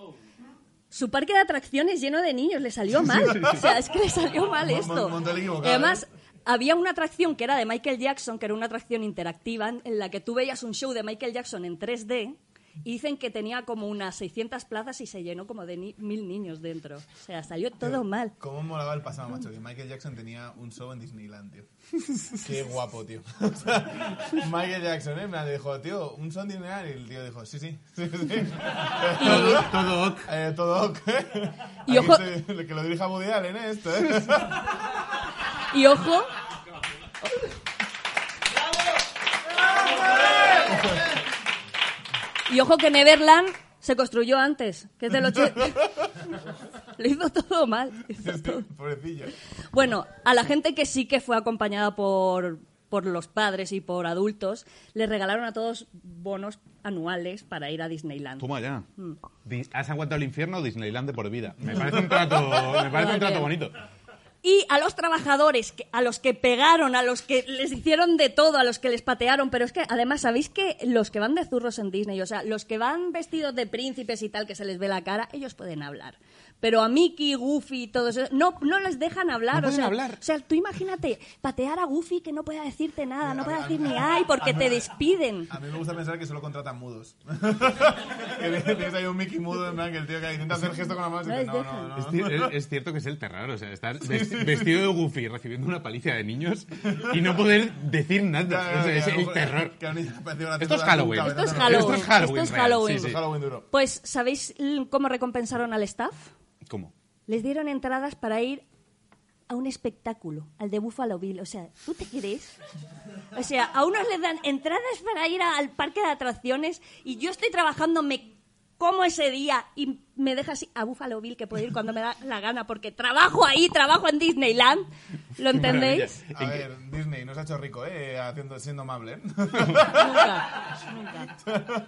su parque de atracciones lleno de niños, le salió mal. O sea, es que le salió mal Mon- mon- esto. montón equivocado, ¿eh? Y además, había una atracción que era de Michael Jackson, que era una atracción interactiva, en- en la que tú veías un show de Michael Jackson en 3D. Y dicen que tenía como unas 600 plazas y se llenó como de ni- mil niños dentro. O sea, salió todo mal. ¿Cómo molaba el pasado, macho? Que Michael Jackson tenía un show en Disneyland, tío. Qué guapo, tío. O sea, Michael Jackson, ¿eh? Me dijo, tío, un show en Disneyland. Y el tío dijo, sí, sí. sí, sí. Todo, todo ok. Eh, todo ok. Y Aquí ojo- se- que lo dirija Woody Allen, ¿eh? Esto, ¿eh? Y ojo. Y ojo que Neverland se construyó antes, que es del 80. Lo hizo todo mal. hizo todo. Pobrecillo. Bueno, a la gente que sí que fue acompañada por, por los padres y por adultos, les regalaron a todos bonos anuales para ir a Disneyland. Toma ya. Mm. Di- Has aguantado el infierno Disneyland de por vida. Me parece un trato, me parece un trato bonito. Y a los trabajadores, que- a los que pegaron, a los que les hicieron de todo, a los que les patearon, pero es que además, ¿sabéis que los que van de zurros en Disney, o sea, los que van vestidos de príncipes y tal, que se les ve la cara, ellos pueden hablar. Pero a Mickey, Goofy y todos esos, no, no les dejan hablar. No o pueden sea, hablar. O sea, tú imagínate, patear a Goofy que no pueda decirte nada, no pueda a- decir a- ni ay, porque a- te despiden. Ah, A mí me gusta pensar que solo contratan mudos. que tienes ahí un Mickey mudo, en plan, que el tío que intenta hacer gesto con la mano y No dice, les no, no, dejan. no. Es, ci- es- es cierto que es el terror, o sea, estar ves- vestido de Goofy recibiendo una paliza de niños y no poder decir Ya, ya, nada. O sea, ya, es a lo el mejor- terror. que a mí me pareció una Esto es teta de Halloween. un Esto es cabezón, Halloween. Esto es Halloween. Esto es real, Halloween. sí, sí. Halloween duro. Pues, ¿sabéis l- cómo recompensaron al staff? ¿Cómo? les dieron entradas para ir a un espectáculo, al de Buffalo Bill. O sea, ¿tú te crees? O sea, a unos les dan entradas para ir a- al parque de atracciones y yo estoy trabajando, me como ese día y me deja así a Buffalo Bill que puedo ir cuando me da la gana porque trabajo ahí, trabajo en Disneyland. ¿Lo entendéis? A ver, Disney nos ha hecho rico, ¿eh? Haciendo, siendo amable. ¿eh? Nunca, nunca.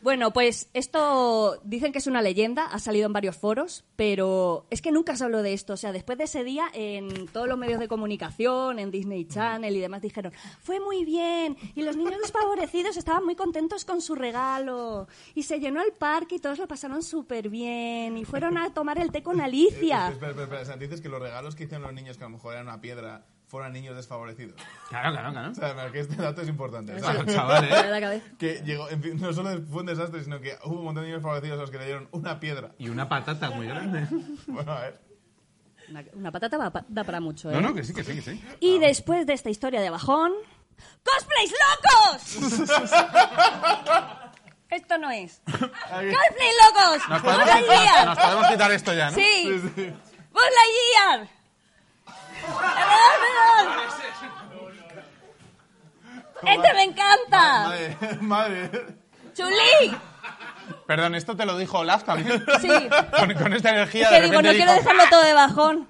Bueno, pues esto dicen que es una leyenda, ha salido en varios foros, pero es que nunca se habló de esto. O sea, después de ese día, en todos los medios de comunicación, en Disney Channel y demás, dijeron, fue muy bien, y los niños desfavorecidos estaban muy contentos con su regalo, y se llenó el parque y todos lo pasaron súper bien, y fueron a tomar el té con Eh, Alicia. Espera, espera, espera. O sea, dices que los regalos que hicieron los niños, que a lo mejor eran una piedra, fueran niños desfavorecidos. Claro, claro, claro. O sea, pero que este dato es importante. ¿sabes? Claro, chaval, Me ¿eh? da la cabeza. Que llegó, en fin, no solo fue un desastre, sino que hubo un montón de niños favorecidos a los que le dieron una piedra. Y una patata muy grande. Bueno, a ver. Una, una patata va pa- da para mucho, ¿eh? No, no, que sí, que sí, que sí. Y después de esta historia de bajón, ¡cosplays locos! Esto no es. ¡Cosplays locos! Nos ¡Buzz podemos, quitar, nos Lightyear! podemos quitar esto ya, ¿no? Sí, Sí, sí. ¡Buzz Lightyear! ¡Perdón, perdón! ¡Este me encanta! Madre, madre. ¡Chulí! Perdón, esto te lo dijo Olaf también. Sí. Con, con esta energía Es de que digo, no repente quiero dijo, "Ah". dejarlo todo de bajón.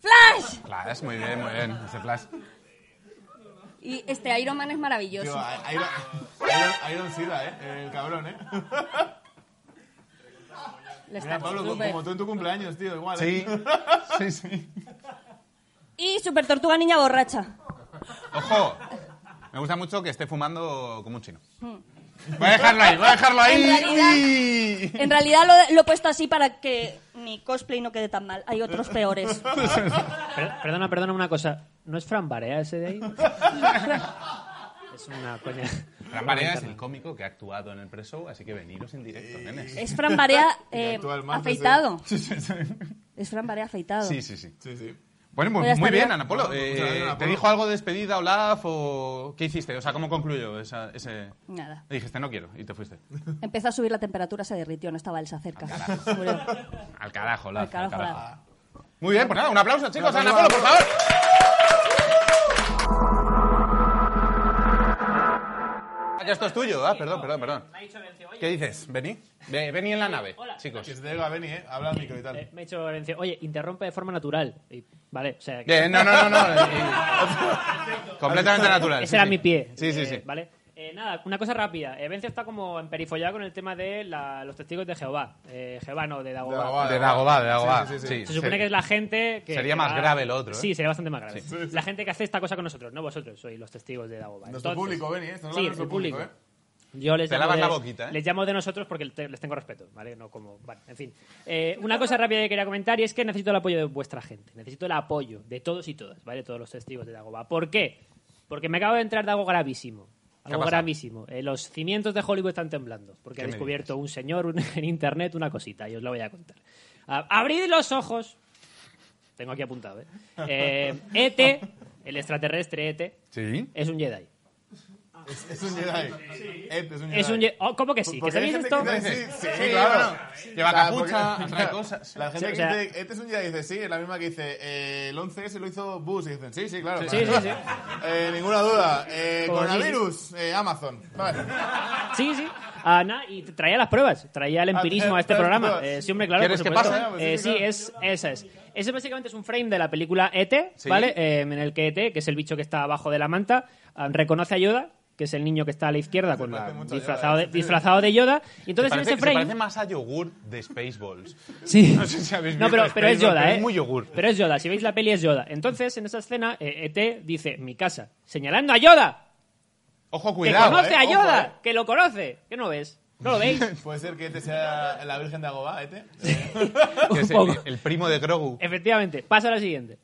¡Flash! Flash, muy bien, muy bien. Ese flash. Y este Iron Man es Tío, maravilloso. I- Iron, Iron, Iron Sida, ¿eh? El cabrón, ¿eh? Le está Mira, Pablo, co- súper. como tú en tu cumpleaños, tío, igual. Sí, ¿eh? sí, sí. Y Super Tortuga Niña Borracha. Ojo, me gusta mucho que esté fumando como un chino. Voy a dejarlo ahí, voy a dejarlo ahí. En realidad- Y- En realidad lo, lo he puesto así para que mi cosplay no quede tan mal. Hay otros peores. Per- perdona, perdona una cosa. ¿No es Fran Barea ese de ahí? es una coña. Fran Barea es el cómico que ha actuado en el pre-show, así que veniros en directo, nenes. Es Fran Barea Y eh, actual más afeitado. Sí, sí, sí. Es Fran Barea afeitado. Sí, sí, sí. Sí, sí. Bueno, Pues muy, ya muy bien, estaría. Ana Polo. Bueno, Eh, muchas gracias, Ana ¿Te Polo. dijo algo de despedida, Olaf, o qué hiciste? O sea, ¿cómo concluyó esa- ese...? Nada. Le dijiste, no quiero, y te fuiste. Empezó a subir la temperatura, se derritió, no estaba Elsa cerca. Murió. Al Ah, carajo, Olaf, Al carajo, al carajo. Olaf. Muy bien, pues nada, un aplauso, chicos, Un a Ana aplauso, Polo, por favor. Ah, que esto es tuyo, ah, perdón, perdón, perdón. ¿Qué eh, dices? ¿Vení? Ve- Vení en la nave, chicos. Que se te diga, Benny, ¿eh? Habla al micro y Eh, tal. me ha dicho Lorenzo, oye, interrumpe de forma natural. Y- vale, o sea... que- Bien, no, no, no, no. eh, Completamente natural. Ese sí, era sí. mi pie. Sí, sí, Eh, sí. Vale. Eh, nada, una cosa rápida. Eh, Vencio está como emperifollado con el tema de la- los testigos de Jehová. Eh, Jehová, no, de Dagobah. Dagobah. De Dagobah, de Dagobah. Sí, sí, sí, Sí, Se supone que es la gente que... Sería que más va- grave el otro, ¿eh? Sí, sería bastante más grave. La gente que hace esta cosa con nosotros, no vosotros, sois los testigos de Dagobah. Nuestro Entonces- público, Benny, ¿eh? Estamos hablando Sí, de nuestro nuestro público. público, Yo les Te llamo lavas de, la boquita, ¿eh? Les llamo de nosotros porque te- les tengo respeto, ¿vale? No como... Vale, en fin. Eh, una cosa rápida que quería comentar y es que necesito el apoyo de vuestra gente. Necesito el apoyo de todos y todas, ¿vale? Todos los testigos de Dagobah. ¿Por qué? Porque me acaba de entrar de algo gravísimo. ¿Qué ha Algo pasado? gravísimo. Eh, los cimientos de Hollywood están temblando porque ha me descubierto un señor un- en internet una cosita y os la voy a contar. A- abrid los ojos. Tengo aquí apuntado, ¿eh? Eh, ET, el extraterrestre ET, Sí. es un Jedi. Es, es un Jedi. Ed, es un Jedi. Es un Jedi. Oh, ¿Cómo que sí? ¿Que Pues Porque hay sabéis gente esto? que dice, Sí, sí, Sí, claro. bueno, lleva O sea, capucha, porque- trae cosas. La gente Sí, o sea- que dice, este es un Jedi, dice, sí, es la misma que dice, eh, el 11 se lo hizo Bush, y dicen, sí, sí, claro. Sí, claro. sí, sí. Eh, ninguna duda. Eh, Como coronavirus, eh, Amazon. Vale. Sí, sí. Ah, na- y te traía las pruebas, traía el empirismo a este traía las programa. pruebas. Eh, sí, hombre, claro, por ¿Quieres que supuesto. pase? Eh, sí, es, esa es. Ese básicamente es un frame de la película ET, Sí. ¿vale? Eh, en el que ET, que es el bicho que está abajo de la manta, ah, reconoce a Yoda, que es el niño que está a la izquierda con la- parece mucho a Yoda, disfrazado, de, ese tío. disfrazado de Yoda. Y entonces parece, en ese se frame... parece más a yogur de Spaceballs. Sí. No sé si habéis No, visto pero, pero es Spaceballs, Yoda, pero ¿eh? es muy yogur. Pero es Yoda. Si veis la peli, es Yoda. Entonces, en esa escena, eh, ET dice, mi casa, señalando a Yoda. Ojo, que cuidado. conoce ¿eh? a Ojo, Yoda. ¿eh? Que lo conoce. ¿Qué no ves? ¿No lo veis? Puede ser que este sea la Virgen de Agobá, este. ¿eh? Un Que es poco. el, el primo de Grogu. Efectivamente. Pasa a la siguiente.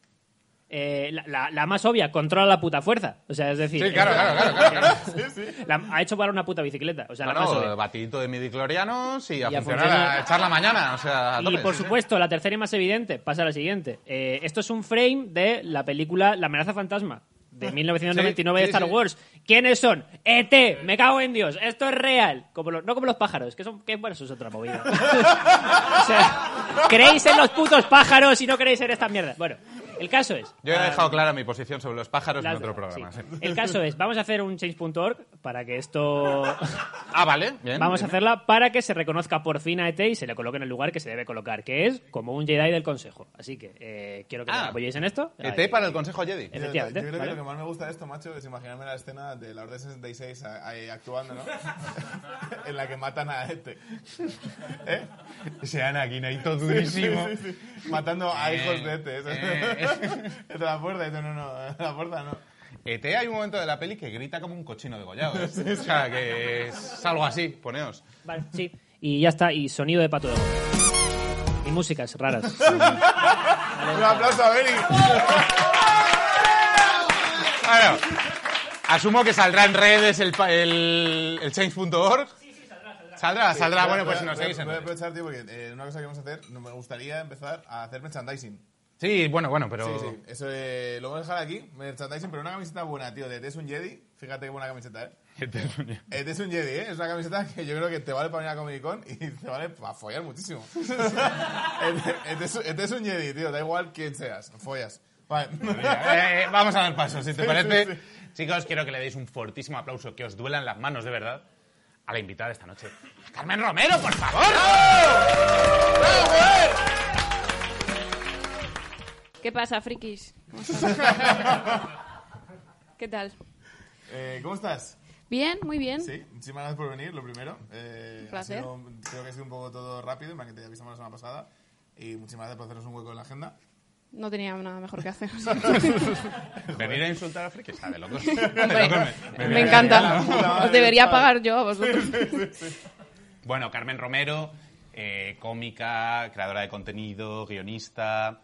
Eh, la, la- la más obvia, controla la puta fuerza. O sea, es decir... Sí, claro, claro, claro, claro, claro. La- ha hecho parar una puta bicicleta. O sea, No, la más obvia. no, batidito de midiclorianos y a Y a funcionar, funcionar. a echar la mañana, o sea, a Y tope, por sí, sí. supuesto, la tercera y más evidente, pasa a la siguiente. Eh, esto es un frame de la película La amenaza fantasma de 1999 de Sí, sí, Star sí. Wars. ¿Quiénes son? ET, me cago en Dios, esto es real. Como los- no como los pájaros, que son que bueno, eso es otra movida. o sea, creéis en los putos pájaros y no creéis en esta mierda. Bueno, el caso es Yo he dejado clara mi posición sobre los pájaros en Ah, las- otro programa. sí. sí. El caso es, vamos a hacer un change.org para que esto Ah, vale, bien. Vamos a bien. hacerla para que se reconozca por fin a ET y se le coloque en el lugar que se debe colocar, que es como un Jedi del Consejo. Así que eh, quiero que Ah. me apoyéis en esto. Ahí. ET para el Consejo Jedi. Eh, Yo, yo Efectivamente, creo que ¿vale? lo que más me gusta de esto, macho, es imaginarme la escena de la Orden 66 a- ahí actuando, ¿no? en la que matan a este. ¿Eh? Se han aquí, no hay todo Sí, sí, sí. Matando a Eh, hijos de este. Eso. eh. Eso, la puerta, eso no, no. La puerta no. ET E hay un momento de la peli que grita como un cochino degollado. ¿eh? O sea, que es algo así, poneos. Vale, sí. Y ya está, y sonido de pato de goma. Y músicas raras. Un aplauso a Benny. Claro. Asumo que saldrá en redes el, pa- el, el change.org. Sí, sí, saldrá. Saldrá, saldrá. bueno, pues si Voy a- nos seguís en Voy a redes. aprovechar, tío, porque eh, una cosa que vamos a hacer, no, me gustaría empezar a hacer merchandising. Sí, bueno, bueno, pero... Sí, sí. Eso eh, lo voy a dejar aquí, merchandising, pero una camiseta buena, tío, de Ed es un Jedi. Fíjate qué buena camiseta, ¿eh? Ed es un Jedi, ¿eh? Es una camiseta que yo creo que te vale para venir a Comic Con y te vale para follar muchísimo. Ed, Ed es, Ed es un Jedi, tío, da igual quién seas, follas. Vale. Eh, eh, vamos a dar paso, si te Sí, parece. sí, Chicos, quiero que le deis un fortísimo aplauso, que os duelan las manos de verdad, a la invitada de esta noche. ¡Carmen Romero, por favor! ¿Qué pasa, frikis? ¿Cómo estáis? ¿Qué tal? Eh, ¿Cómo estás? Bien, muy bien. Sí, muchísimas gracias por venir, lo primero. Eh, ha placer. sido- creo que ha sido un poco todo rápido, en plan que te avisamos la semana pasada. Y muchísimas gracias por hacernos un hueco en la agenda. No tenía nada mejor que hacer. Venir a insultar a Friki está de locos. me, encanta. Os debería pagar yo a vosotros. Bueno, Carmen Romero, eh, cómica, creadora de contenido, guionista.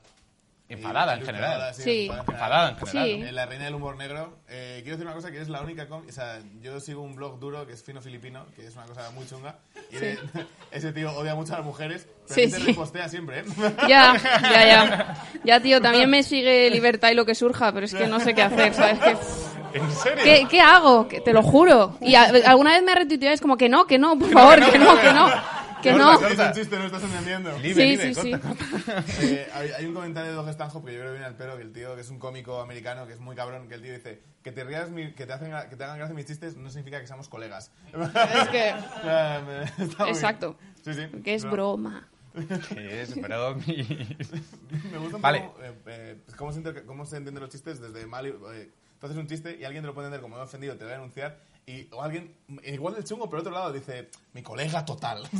Enfadada en general. Sí. Enfadada en general. Sí. ¿no? Eh, la reina del humor negro. Eh, quiero decir una cosa que es la única... com- O sea, yo sigo un blog duro que es Fino Filipino, que es una cosa muy chunga. Y de- ese tío odia mucho a las mujeres, pero Sí, sí, sí. repostea siempre, ¿eh? Ya, ya, ya. Ya, tío, también me sigue Libertad y lo que surja, pero es que no sé qué hacer, ¿sabes? Que, ¿En serio? ¿qué, qué hago? Que te lo juro. Y a- alguna vez me ha retuiteado y es como que no, que no, por favor, que no, que no. Que no. Es un chiste, no estás entendiendo. Libre, Sí, libre, sí, sí. corta. Eh, hay, hay un comentario de Doug Stanhope que yo creo que viene al pelo, que el tío, que es un cómico americano, que es muy cabrón, que el tío dice, que te rías, mi- que, te hacen, gra- que te hagan gracia mis chistes, no significa que seamos colegas. Es que- Exacto. Sí, sí. Que es No, broma. Es bromi. Me gusta un Vale. poco eh, eh, cómo, se inter- cómo se entienden los chistes desde mal... y- eh, tú haces un chiste y alguien te lo puede entender como he ofendido, te lo voy a denunciar, y o alguien, igual del chungo, por otro lado, dice, mi colega total. Eh,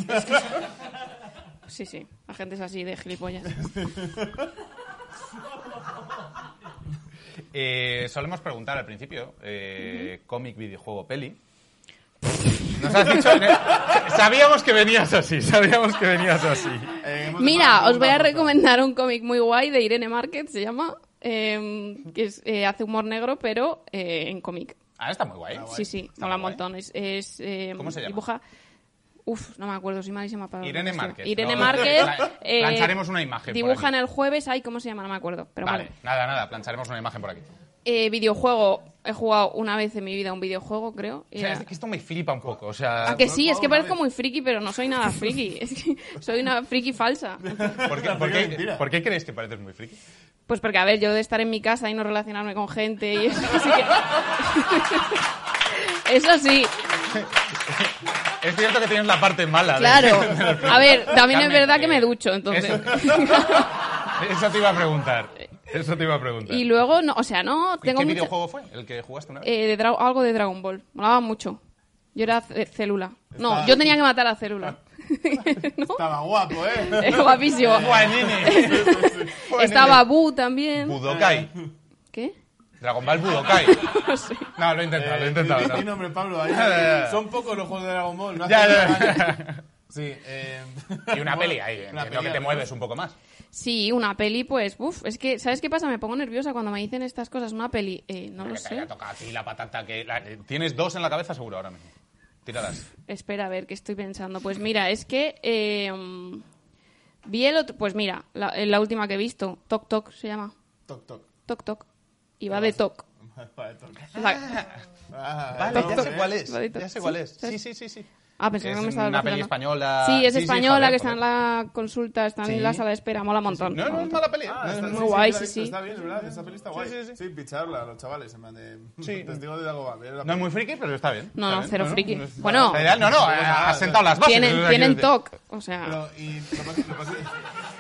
Sí, sí. La gente es así de gilipollas. Eh, solemos preguntar al principio, eh, cómic, videojuego, peli. Nos has dicho... en el- Sabíamos que venías así, sabíamos que venías así. Eh, hemos dejado Mira, os voy a preguntas. recomendar un cómic muy guay de Irene Market, se llama, eh, que es, eh, hace humor negro, pero eh, en cómic. Ah, está muy guay. Sí, sí, Está mola un muy guay. montón. Es, es, eh, ¿Cómo se llama? Dibuja... Uf, no me acuerdo, soy malísima para... Irene es que- Márquez. Irene No, Márquez. la- eh, plancharemos una imagen por Dibujan aquí. el jueves, ay, ¿cómo se llama? No me acuerdo, pero Vale, vale. nada, nada, plancharemos una imagen por aquí. Eh, videojuego, he jugado una vez en mi vida un videojuego, creo. y O sea, era- es que esto me flipa un poco, o sea... Ah, que sí, es que Una parezco vez. muy friki, pero no soy nada friki. Es que soy una friki falsa. ¿Por qué, por, Qué qué, mentira. por qué crees que pareces muy friki? Pues porque, a ver, yo de estar en mi casa y no relacionarme con gente y eso, así que... Eso sí, Es cierto que tienes la parte mala. de- claro. A ver, también es Carmen, verdad que eh, me ducho, entonces. Eso, eso te iba a preguntar. Eso te iba a preguntar. Y luego, no, o sea, no, ¿Y ¿Qué tengo mucha- videojuego fue el que jugaste una vez? eh, de Dra- algo de Dragon Ball. Molaba mucho. Yo era ce- célula. No, Está- yo tenía que matar a célula. Ah. ¿No? Estaba guapo, ¿eh? Es guapísimo. Guanini. Estaba Bu también. Budokai. ¿Qué? Dragon Ball Budokai. No sé. No, lo he intentado, lo he intentado. Eh, no. di- di nombre, Pablo. ahí- Ya, ya, ya. son pocos los juegos de Dragon Ball. No Ya, hace ya, nada. ya. Sí, eh, Y una peli ahí, Una entiendo peli, que te ¿no? mueves un poco más. Sí, una peli, pues, uff, es que, ¿sabes qué pasa? Me pongo nerviosa cuando me dicen estas cosas. Una peli, eh, no lo Que te sé. haya tocado a ti la patata que... la- Tienes dos en la cabeza seguro ahora mismo. Tíralas. Espera, a ver, ¿qué estoy pensando? Pues mira, es que eh, mm, vi el otro... Pues mira, la, eh, la última que he visto, Toc Toc se llama. Toc, toc. Toc Toc. Y va Ah. de Toc. Vale, toc. O sea, Ah, Vale, no, ya sé eh. cuál es. Vale, Ya sé sí, cuál es. sí. Sí, sí, sí, sí. ah, pensé que me Es estaba una peli española. Sí, es Sí, sí, española, joder, que está en joder. la consulta, está Sí. en la sala de espera, mola un montón. No, no es mala peli. ¿eh? Ah, está- muy guay, la he sí, visto, sí. Está bien, es verdad. Esa peli está guay. sí, sí. picharla a los chavales. En plan de. Sí. Testigo de Dagoba. ver No la es peli. muy friki, pero está bien. No, Está no, bien. cero friki. no es- Bueno. La idea- No, no, eh, has sentado las bases. o Tienen, sea, tienen quiero Toc, o sea... Pero, y lo pas- lo pas- decir-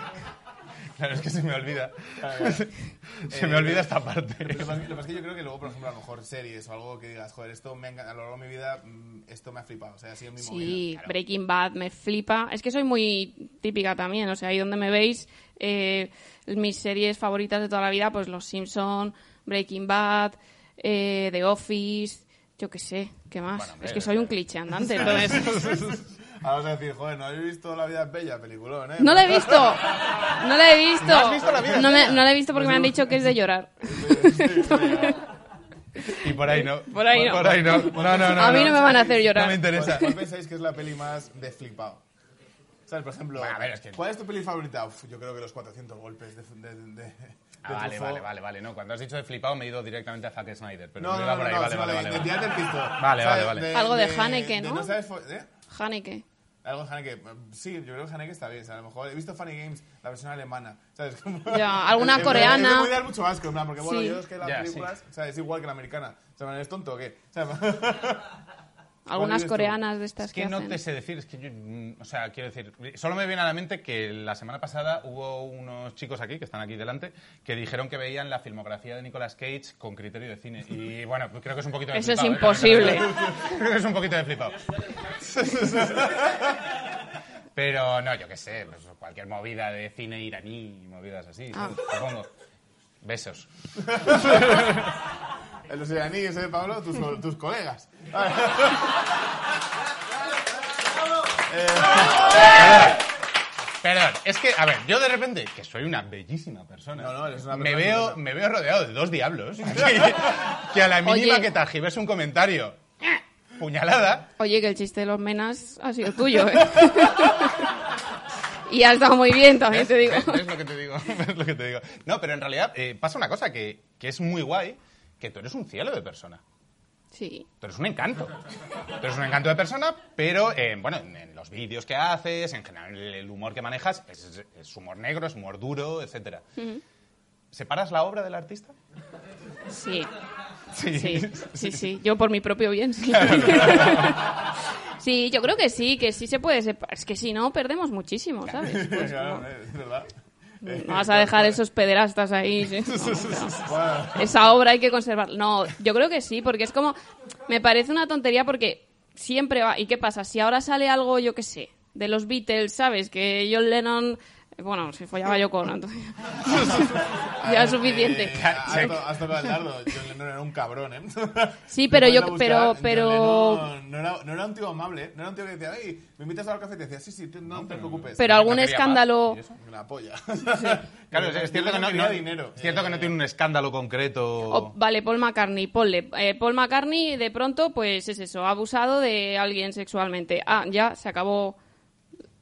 Claro, es que se me olvida. Claro, Se me olvida esta parte. Lo pas- lo que pasa es que yo creo que luego, por ejemplo, a lo mejor series o algo que digas, joder, esto me ha engan- a lo largo de mi vida, mm, esto me ha flipado. O sea, ha sido mi Sí, movida. Claro. Breaking Bad me flipa. Es que soy muy típica también, o sea, ahí donde me veis, eh, mis series favoritas de toda la vida, pues Los Simpson, Breaking Bad, eh, The Office, yo qué sé, ¿qué más? Bueno, hombre, es que soy un cliché andante, entonces... Ahora vas a decir, joder, ¿no habéis visto La vida es bella? Peliculón, ¿eh? No la he visto, no la he visto. ¿No has visto La vida No, me- entera? Pues no la he visto porque me han dicho que es de llorar. Y por ahí no. Por ahí no. Por ahí no. No, no, no. A mí no me van a hacer No me llorar. interesa. ¿Cuál, cuál pensáis que es la peli más de flipado? O sea, por ejemplo, Bueno, a ver, es que- ¿cuál es tu peli favorita? Uf, yo creo que los 400 golpes de... de, de- de- Ah, vale, Truffaut. vale, vale, vale. No, cuando has dicho de flipado me he ido directamente a Zack Snyder. Pero No, no, no, iba no, por ahí. no, vale, sí, vale, vale, vale, vale. de- ya te he visto. Vale, O sea, vale, vale. Algo de Haneke, de ¿no? sabes fo- ¿eh? Haneke. Algo de Haneke. Sí, yo creo que Haneke está bien. o sea, a lo mejor he visto Funny Games, la versión alemana. ¿Sabes? Como- Ya, alguna Es que me- coreana. Es que me voy a dar mucho asco, en plan, porque bueno, Sí. yo es que las Ya, sí. películas... O sea, es igual que la americana. O sea, ¿eres tonto o qué? O sea, Algunas dices tú? coreanas de estas Es que que no hacen. te sé decir, es que yo, mm, o sea, quiero decir, solo me viene a la mente que la semana pasada hubo unos chicos aquí, que están aquí delante, que dijeron que veían la filmografía de Nicolas Cage con criterio de cine. Y bueno, pues creo que es un poquito de Eso es flipado, ¿eh? imposible. Creo que es un poquito de flipado. Pero no, yo qué sé, pues cualquier movida de cine iraní, movidas así, ¿sabes? Ah. supongo. Besos. Eh, Los iraníes, ¿eh, Pablo? Tus, tus colegas. Perdón, es que, a ver, yo de repente, que soy una bellísima persona, No, no, eres una me, persona veo, estupenda. me veo rodeado de dos diablos, que, que a la mínima Oye. que tergiverse un comentario, ¡ah! puñalada, Oye, que el chiste de los menas ha sido tuyo, ¿eh? y ha estado muy bien, también te digo. ¿Ves? ¿Ves lo que te digo? ¿Ves lo que te digo? No, pero en realidad eh, pasa una cosa que, que es muy guay, que tú eres un cielo de persona. Sí. Tú eres un encanto. Tú eres un encanto de persona, pero eh, bueno, en, en los vídeos que haces, en general el, el humor que manejas, es, es humor negro, es humor duro, etc. ¿Separas la obra del artista? Sí, sí, sí, sí. Yo por mi propio bien, sí. Sí, yo creo que sí, que sí se puede separar. Es que si no, perdemos muchísimo, ¿sabes? Pues Claro, no. eh, es verdad. No vas a dejar esos pederastas ahí. sí. No, Bueno, no. Esa obra hay que conservarla. No, yo creo que sí, porque es como... Me parece una tontería porque siempre va... ¿Y qué pasa? Si ahora sale algo, yo qué sé, de los Beatles, ¿sabes? Que John Lennon... eh, Bueno, se follaba yo con... Entonces... Ah, ya es suficiente. eh, has, to- has tocado el dardo. John Lennon era un cabrón, ¿eh? Sí, pero Después yo- de buscar, pero- John pero- Lennon No era, no era un tío amable, ¿eh? no era un tío que decía, hey, me invitas al café, te decía, sí, sí, tú no, te preocupes. Pero algún quería escándalo... Una polla. Claro, es, es cierto que no, quería no- dinero. es cierto que no tiene un escándalo concreto. O- vale, Paul McCartney, ponle. Eh, Paul McCartney de pronto, pues es eso, ha abusado de alguien sexualmente. Ah, ya, se acabó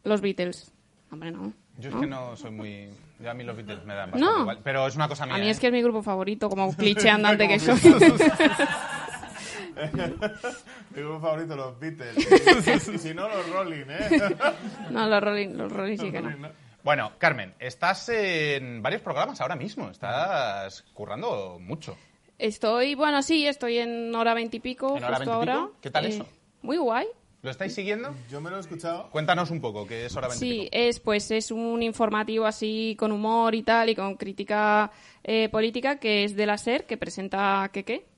los Beatles. Hombre, no. Yo es que no soy muy. Yo a mí los Beatles me dan No. bastante igual. Pero es una cosa mía. A mí ¿eh? es que es mi grupo favorito, como un cliché andante que soy. Mi grupo favorito, los Beatles. Y si no, los Rolling, ¿eh? no, los Rolling, los Rolling sí que no. Bueno, Carmen, estás en varios programas ahora mismo. Estás currando mucho. Estoy, bueno, sí, estoy en hora veintipico, ¿En hora justo 20 y pico? ahora. Eh, ¿Qué tal eso? Muy guay. ¿Lo estáis siguiendo? Yo me lo he escuchado. Cuéntanos un poco, que es hora 20 Sí, es pues es un informativo así con humor y tal y con crítica eh, política que es de la SER que presenta Keke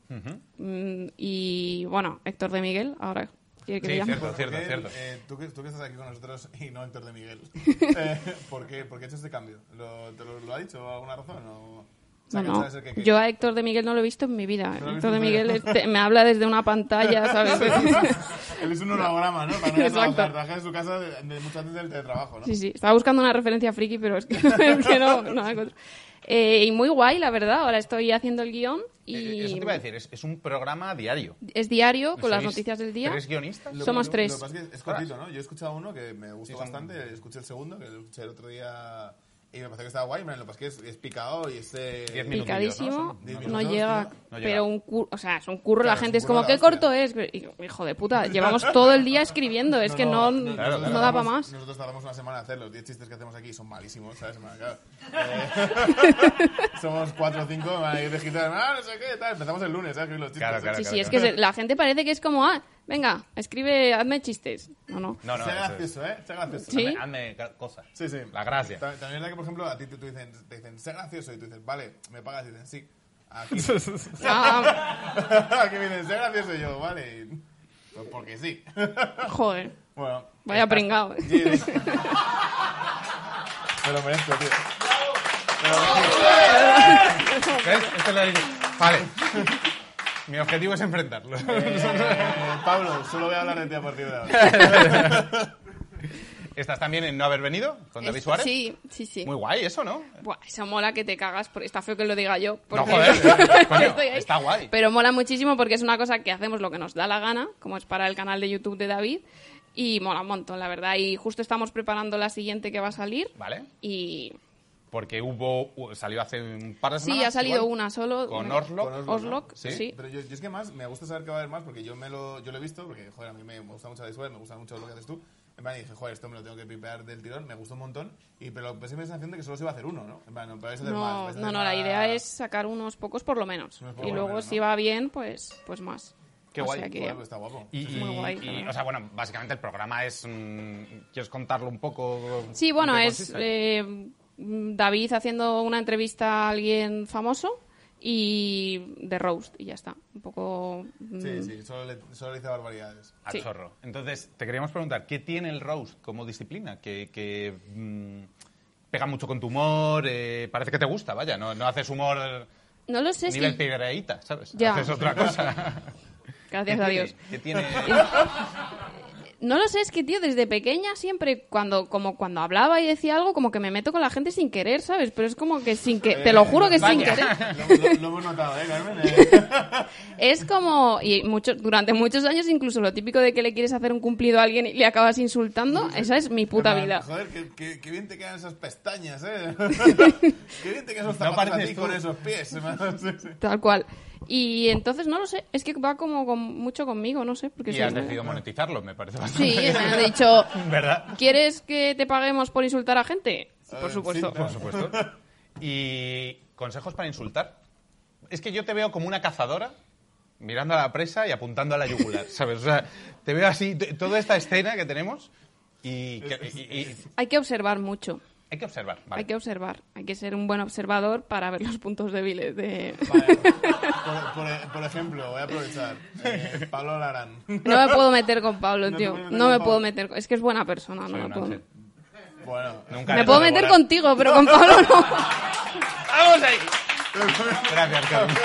Mm, y bueno Héctor de Miguel ahora quiere que Sí, le llame. cierto, cierto, Porque, cierto. eh, tú, que, tú que estás aquí con nosotros y no Héctor de Miguel. Eh, ¿por, qué, ¿Por qué he hecho este cambio? ¿Lo, ¿Te lo, lo ha dicho alguna razón? O... se ha No, cansado de ser no, que- que- Yo a Héctor de Miguel no lo he visto en mi vida. No lo he visto Héctor de en tu Miguel vida. este, me habla desde una pantalla, ¿sabes? Él es un holograma, ¿no? Para no ir a Exacto. trabajar, trabaja en su casa de, de- mucho antes del teletrabajo, ¿no? Sí, sí, estaba buscando una referencia friki, pero es que, que no, no la encuentro. Eh, y muy guay, la verdad. Ahora estoy haciendo el guión y Eh, Eso te iba a decir, es, es un programa diario. es diario con las Sois noticias del día. ¿Tres guionistas? Lo- Somos lo- tres. Lo que pasa es que es cortito, ¿no? Yo he escuchado uno que me gustó bastante, escuché el segundo, que lo escuché el otro día y me pareció que estaba guay, pero lo que pasa es que es, es picado y es... eh, Diez minutos. picadísimo, Diez no minutos, llega, tío. No llega. pero un curro, o sea, es un curro, Claro, la es gente un es curro como, de qué hostia. corto es, Y yo, hijo de puta, llevamos todo el día escribiendo, es que no, no, nosotros da para tardamos- más. Nosotros tardamos una semana en hacer los 10 chistes que hacemos aquí, son malísimos, ¿sabes? Me acaba- Eh, somos 4 o 5, me van a ir de gira, ah, no sé qué, tal. Empezamos el lunes, ¿sabes? Escribir los chistes. Claro, claro, Sí, claro, sí, es que claro. se- la gente parece que es como, ah, venga, escribe, hazme chistes. No, no. No, no, eso sea es. gracioso, ¿eh? Sea gracioso. Sí. Hazme- Hazme ca- cosas. Sí, sí. La gracia. Ta- También es la que, por ejemplo, a ti te, te dicen, te dicen, sé gracioso, y tú dices, vale, me pagas, y dicen, sí. Aquí, Ah, aquí me dicen, sé gracioso, y yo, vale. Pues porque sí. joder, bueno, vaya ¿eh? pringado. James. me lo merezco, tío. ¿Ves? Esto es lo que- Vale. Mi objetivo es enfrentarlo. Eh, Pablo, solo voy a hablar de ti a partir de ahora. Estás también en No Haber Venido con David Es- Suárez. Sí, sí, sí. Muy guay eso, ¿no? Buah, eso mola que te cagas, por- está feo que lo diga yo. No, porque- joder. coño, Estoy ahí. está guay. Pero mola muchísimo porque es una cosa que hacemos lo que nos da la gana, como es para el canal de YouTube de David. Y mola un montón, la verdad. Y justo estamos preparando la siguiente que va a salir. Vale. Y Porque hubo. u- Salió hace un par de sí, semanas. ha salido igual. una solo. Con Me- Orlok. Con Orlok, Orlok, ¿no? sí. Sí, Pero yo, yo es que más me gusta saber que va a haber más porque yo me lo, yo lo he visto, porque joder, a mí me gusta mucho la Suárez, me gusta mucho lo que haces tú. En plan, dije, joder, esto me lo tengo que pipear del tirón, me gustó un montón. Y, pero pensé mi sensación de que solo se iba a hacer uno, ¿no? En plan, no podéis hacer más. No, vais a no, hacer no, la más. idea es sacar unos pocos por lo menos. Unos y pocos, luego bueno, si ¿no? va bien, pues, pues más. Qué O guay. sea que- Joder, pues está guapo. Y, Es muy y- guay, y, la verdad. o sea, bueno, básicamente el programa es. mm, ¿Quieres contarlo un poco? Sí, bueno, ¿De qué es consiste? eh, David haciendo una entrevista a alguien famoso y de roast y ya está. Un poco... mm, Sí, sí, solo le, solo le dice barbaridades. Al sí. chorro. Entonces, te queríamos preguntar, ¿qué tiene el roast como disciplina? Que. que, mm, pega mucho con tu humor, eh, parece que te gusta, vaya, no, no haces humor No lo sé, es nivel que- pibreíta, ¿sabes? Ya. Haces otra cosa. Gracias a Dios. ¿Qué tiene? No lo sé, es que, tío, desde pequeña siempre, cuando, como cuando hablaba y decía algo, como que me meto con la gente sin querer, ¿sabes? Pero es como que sin que... Eh, Te lo juro que sin vaya. querer. Lo, lo- lo hemos notado, ¿eh, Carmen? Eh, Es como, y mucho, durante muchos años incluso lo típico de que le quieres hacer un cumplido a alguien y le acabas insultando, esa es mi puta Carmen, vida. Joder, qué, qué- qué bien te quedan esas pestañas, ¿eh? qué bien te quedan esos No zapatos a pareces ti tú. con esos pies. Sí, sí. Tal cual. Y entonces, no lo sé, es que va como con, mucho conmigo, no sé. Porque Y soy has muy- decidido monetizarlo, me parece bastante. Sí, me han dicho, ¿Verdad? ¿quieres que te paguemos por insultar a gente? Eh, Por supuesto. sí, claro. Por supuesto. Y consejos para insultar. Es que yo te veo como una cazadora mirando a la presa y apuntando a la yugular, ¿sabes? O sea, te veo así, t- toda esta escena que tenemos y, que- y- y- Hay que observar mucho, hay que observar. vale. hay que observar, hay que ser un buen observador para ver los puntos débiles de... Vale. Por, por- por ejemplo, voy a aprovechar. Eh, Pablo Larán. No me puedo meter con Pablo, No te tío. puedes meter con No me Pablo. puedo meter. con- Es que es buena persona, no Soy me un puedo. ángel. Bueno, Nunca Me dejo puedo de meter volar. contigo, pero con Pablo no. ¡Vamos ahí! Gracias, Carmen.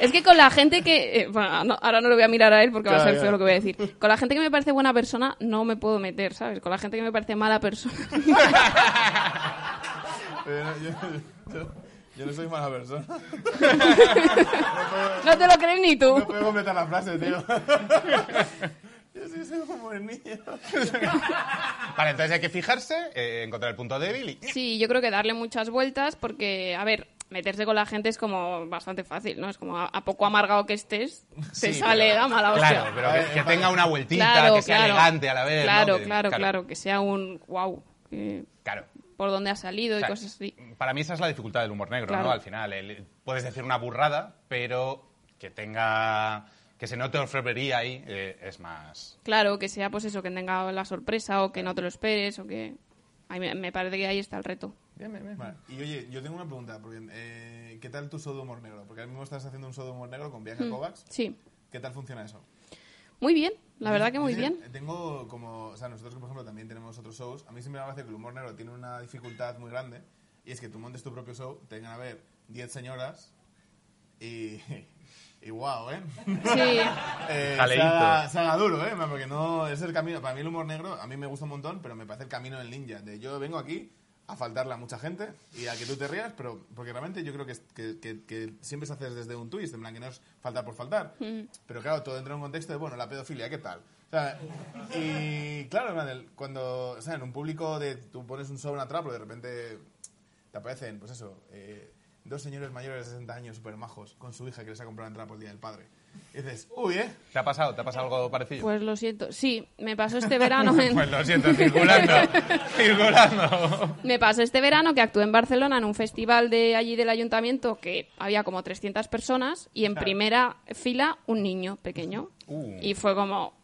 Es que con la gente que. eh, bueno, no- ahora no lo voy a mirar a él porque va a ser feo lo que voy a decir. Con la gente que me parece buena persona no me puedo meter, ¿sabes? Con la gente que me parece mala persona. eh, yo, yo- yo no soy mala persona. no te lo crees ni tú. No puedo completar la frase, tío. Yo sí soy un buen niño. Vale, entonces hay que fijarse, eh, encontrar el punto débil y... Sí, yo creo que darle muchas vueltas porque, a ver. Meterse con la gente es como bastante fácil, ¿no? Es como a, a poco amargado que estés, se Sí, sale pero- la mala hostia. Claro, pero que, que tenga una vueltita, que sea elegante a la vez. ¿no? Claro, Que- claro, claro, que sea un wow, Claro. por dónde ha salido O y sea, cosas así. Para mí esa es la dificultad del humor negro, Claro. ¿no? Al final, el- puedes decir una burrada, pero que tenga... que se note orfebrería ahí eh, es más... Claro, que sea pues eso, que tenga la sorpresa o que no te lo esperes o que... Ahí me, me parece que ahí está el reto. Vale, y oye, yo tengo una pregunta. Porque, eh, ¿Qué tal tu show de humor negro? Porque ahora mismo estás haciendo un show de humor negro con Hmm. Bianca Kovacs. Sí. ¿Qué tal funciona eso? Muy bien, la verdad que muy Sí, bien. Tengo como, o sea, nosotros por ejemplo también tenemos otros shows. A mí siempre me parece que el humor negro tiene una dificultad muy grande y es que tú montes tu propio show, tengan a ver 10 señoras y y wow, ¿eh? Sí. eh se, Jaleíto. haga, se haga duro, ¿eh? Porque no es el camino. Para mí el humor negro a mí me gusta un montón, pero me parece el camino del ninja. De yo vengo aquí a faltarle a mucha gente y a que tú te rías, pero porque realmente yo creo que, es- que, que- que siempre se hace desde un twist, en plan que no es faltar por faltar. Pero claro, todo entra en un contexto de, bueno, la pedofilia, ¿qué tal? O sea, y claro, en plan, el- cuando, o sea, en un público de tú pones un sobre una trap, pero de repente te aparecen, pues eso, eh, dos señores mayores de 60 años súper majos con su hija que les ha comprado una entrada por el Día del Padre. Y dices, uy, ¿eh? ¿Te ha pasado? ¿Te ha pasado algo parecido? Pues lo siento. Sí, me pasó este verano en- Pues lo siento, circulando. circulando. Me pasó este verano que actué en Barcelona en un festival de allí del ayuntamiento que había como 300 personas y en primera fila un niño pequeño. Uh. Y fue como...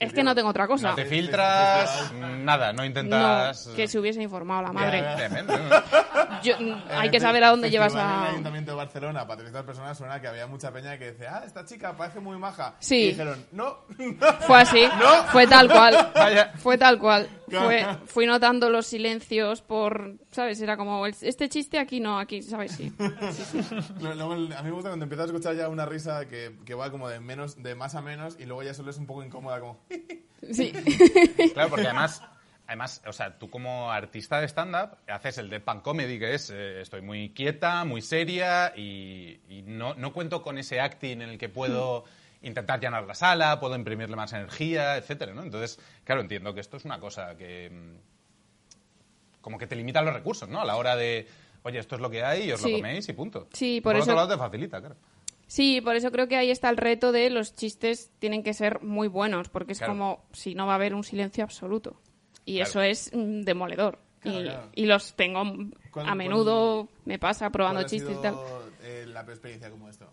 Es que no tengo otra cosa. No te filtras, nada, no intentas... No, que se hubiese informado la Bien, madre. tremendo, ¿no? Yo- hay Eh, que fe- saber a dónde festival llevas en a... el Ayuntamiento de Barcelona, para 300 personas, suena que había mucha peña que decía, ah, esta chica parece muy maja. Sí. Y dijeron, no. Fue así. Fue tal cual. Vaya. Fue tal cual. Fue, fui notando los silencios por, ¿sabes? Era como, el- este chiste aquí no, aquí, ¿sabes? Sí. Lo- Luego, el- a mí me gusta cuando empiezas a escuchar ya una risa que, que va como de menos, de más a menos, y luego ya solo es un poco incómoda, como... Sí. Claro, porque además, además, o sea, tú como artista de stand-up haces el de pan comedy, que es eh, estoy muy quieta, muy seria y, y no, no cuento con ese acting en el que puedo intentar llenar la sala, puedo imprimirle más energía, etcétera, ¿no? Entonces, claro, entiendo que esto es una cosa que mm, como que te limita los recursos, ¿no? A la hora de Oye, esto es lo que hay, y os Sí. lo coméis y punto. Sí, por otro eso- lado te facilita, claro. Sí, por eso creo que ahí está el reto de los chistes tienen que ser muy buenos, porque es Claro. como si no va a haber un silencio absoluto. Y Claro. eso es mm, demoledor. Claro, y, claro. y los tengo ¿Cuál- a menudo, me pasa ¿Cuál probando ha chistes y sido, tal. eh, la experiencia como esto?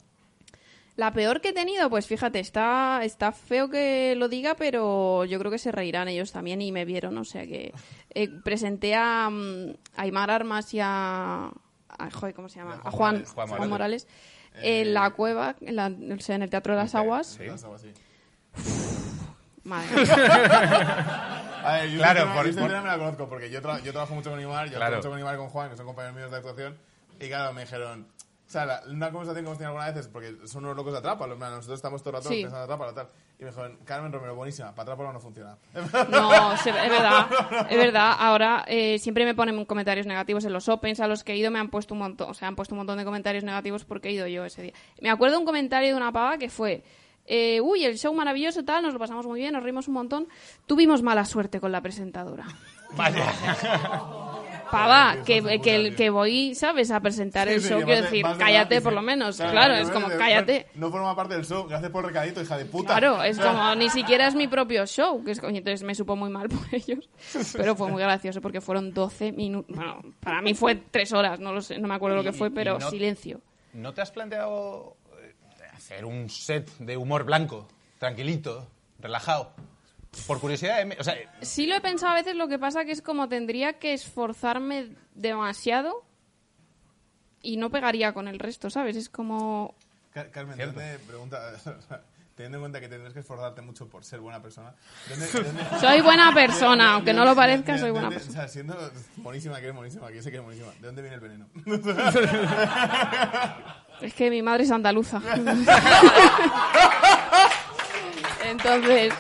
La peor que he tenido, pues fíjate, está, está feo que lo diga, pero yo creo que se reirán ellos también y me vieron, o sea que eh, presenté a, mm, a Aymar Armas y a, a- joder, ¿cómo se llama? Juan A Juan, Morales. Juan Juan Morales. Morales en la cueva, en, la- o sea, en el Teatro de las Aguas. Sí. Las aguas, sí. Madre mía. A ver, yo Claro, por- claro, por, yo esta por- historia me la conozco, porque yo, tra- yo trabajo mucho con Imar, yo Claro. trabajo mucho con Imar y con Juan, que son compañeros míos de actuación, y claro, me dijeron, o sea, la- una conversación que hemos tenido alguna vez es porque son unos locos de Atrápalo, en plan, nosotros estamos todo el rato Sí. pensando en Atrápalo, tal, y me dijeron, Carmen Romero, buenísima, para Atrápalo no funciona. No, se- es verdad, es verdad. Ahora eh, siempre me ponen comentarios negativos en los opens a los que he ido me han puesto un montón, o sea, han puesto un montón de comentarios negativos porque he ido yo ese día. Me acuerdo un comentario de una pava que fue, eh, uy, el show maravilloso tal, nos lo pasamos muy bien, nos rimos un montón, tuvimos mala suerte con la presentadora. Vale. Pava, Qué que, hijos de que, puta, el- tío. que voy, ¿sabes? A presentar el Sí, sí, show, que quiero vas de- decir, vas de cállate gratis, por ¿eh? lo menos, claro, es como, de- cállate. No forma parte del show, gracias por el recadito, hija de puta. Claro, es como ni siquiera es mi propio show, que es coño, entonces me supo muy mal por ellos, pero fue muy gracioso porque fueron 12 minutos, bueno, para mí fue 3 horas, no lo sé, no me acuerdo lo Y- que fue, y pero no- silencio. ¿No te has planteado eh, hacer un set de humor blanco, tranquilito, relajado? Por curiosidad, eh, me- o sea, eh, Sí lo he pensado a veces, lo que pasa que es como tendría que esforzarme demasiado y no pegaría con el resto, ¿sabes? Es como Car- Carmen, Cierto. ¿dónde pregunta? Teniendo en cuenta que tendrás que esforzarte mucho por ser buena persona. ¿dónde- dónde- soy buena persona, de- aunque de- no lo de- parezca, de- soy de- buena de- persona. O sea, siendo buenísima, que eres buenísima, que yo sé que eres buenísima. ¿De dónde viene el veneno? Es que mi madre es andaluza. Entonces,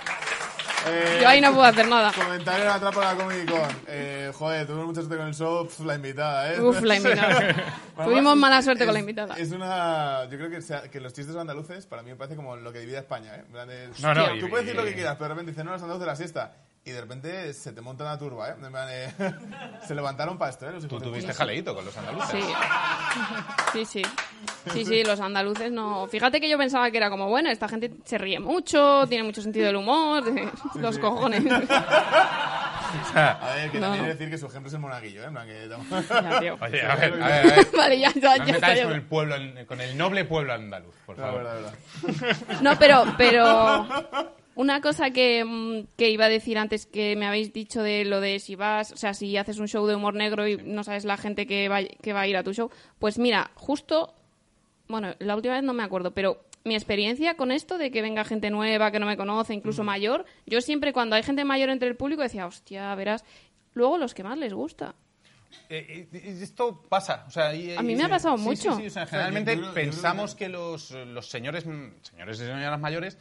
Eh, yo ahí no puedo hacer nada. Comentario en la trampa de la Comic Con. Eh, joder, tuvimos mucha suerte con el show, pf, la invitada, ¿eh? Uf, la invitada. Bueno, Tuvimos es- mala suerte con es- la invitada. Es una. Yo creo que, sea- que los chistes andaluces, para mí me parece como lo que divide a España, ¿eh? En plan de- No, no, Tú y- puedes decir lo y- que quieras, pero de repente dicen, no, los andaluces de la siesta. Y de repente se te monta una turba, ¿eh? En plan de- se levantaron para esto, ¿eh? Los tú hijos de tuviste puta. jaleíto con los andaluces. Sí. Sí, sí. Sí, sí, los andaluces no. Fíjate que yo pensaba que era como, bueno, esta gente se ríe mucho, tiene mucho sentido del humor, los cojones. A ver, que No. también hay que decir que su ejemplo es el monaguillo, ¿eh? En plan que. Ya, tío. Oye, a ver, a ver, a ver. Vale, ya, No ya, os ya está, metáis ya con está. el, pueblo, an- con el noble pueblo andaluz, por La favor. verdad, la verdad. No, pero, pero una cosa que, mm, que iba a decir antes que me habéis dicho de lo de si vas, o sea, si haces un show de humor negro y no sabes la gente que va, que va a ir a tu show, pues mira, justo, bueno, la última vez no me acuerdo, pero mi experiencia con esto de que venga gente nueva, que no me conoce, incluso Mm. mayor, yo siempre cuando hay gente mayor entre el público decía, hostia, verás, luego los que más les gusta. Eh, eh, eh, esto pasa. O sea, y- A mí y- me ha sí. pasado Sí, mucho. sí, sí, o sea, generalmente yo creo- yo creo pensamos que, los, los señores, mm, señores y señoras mayores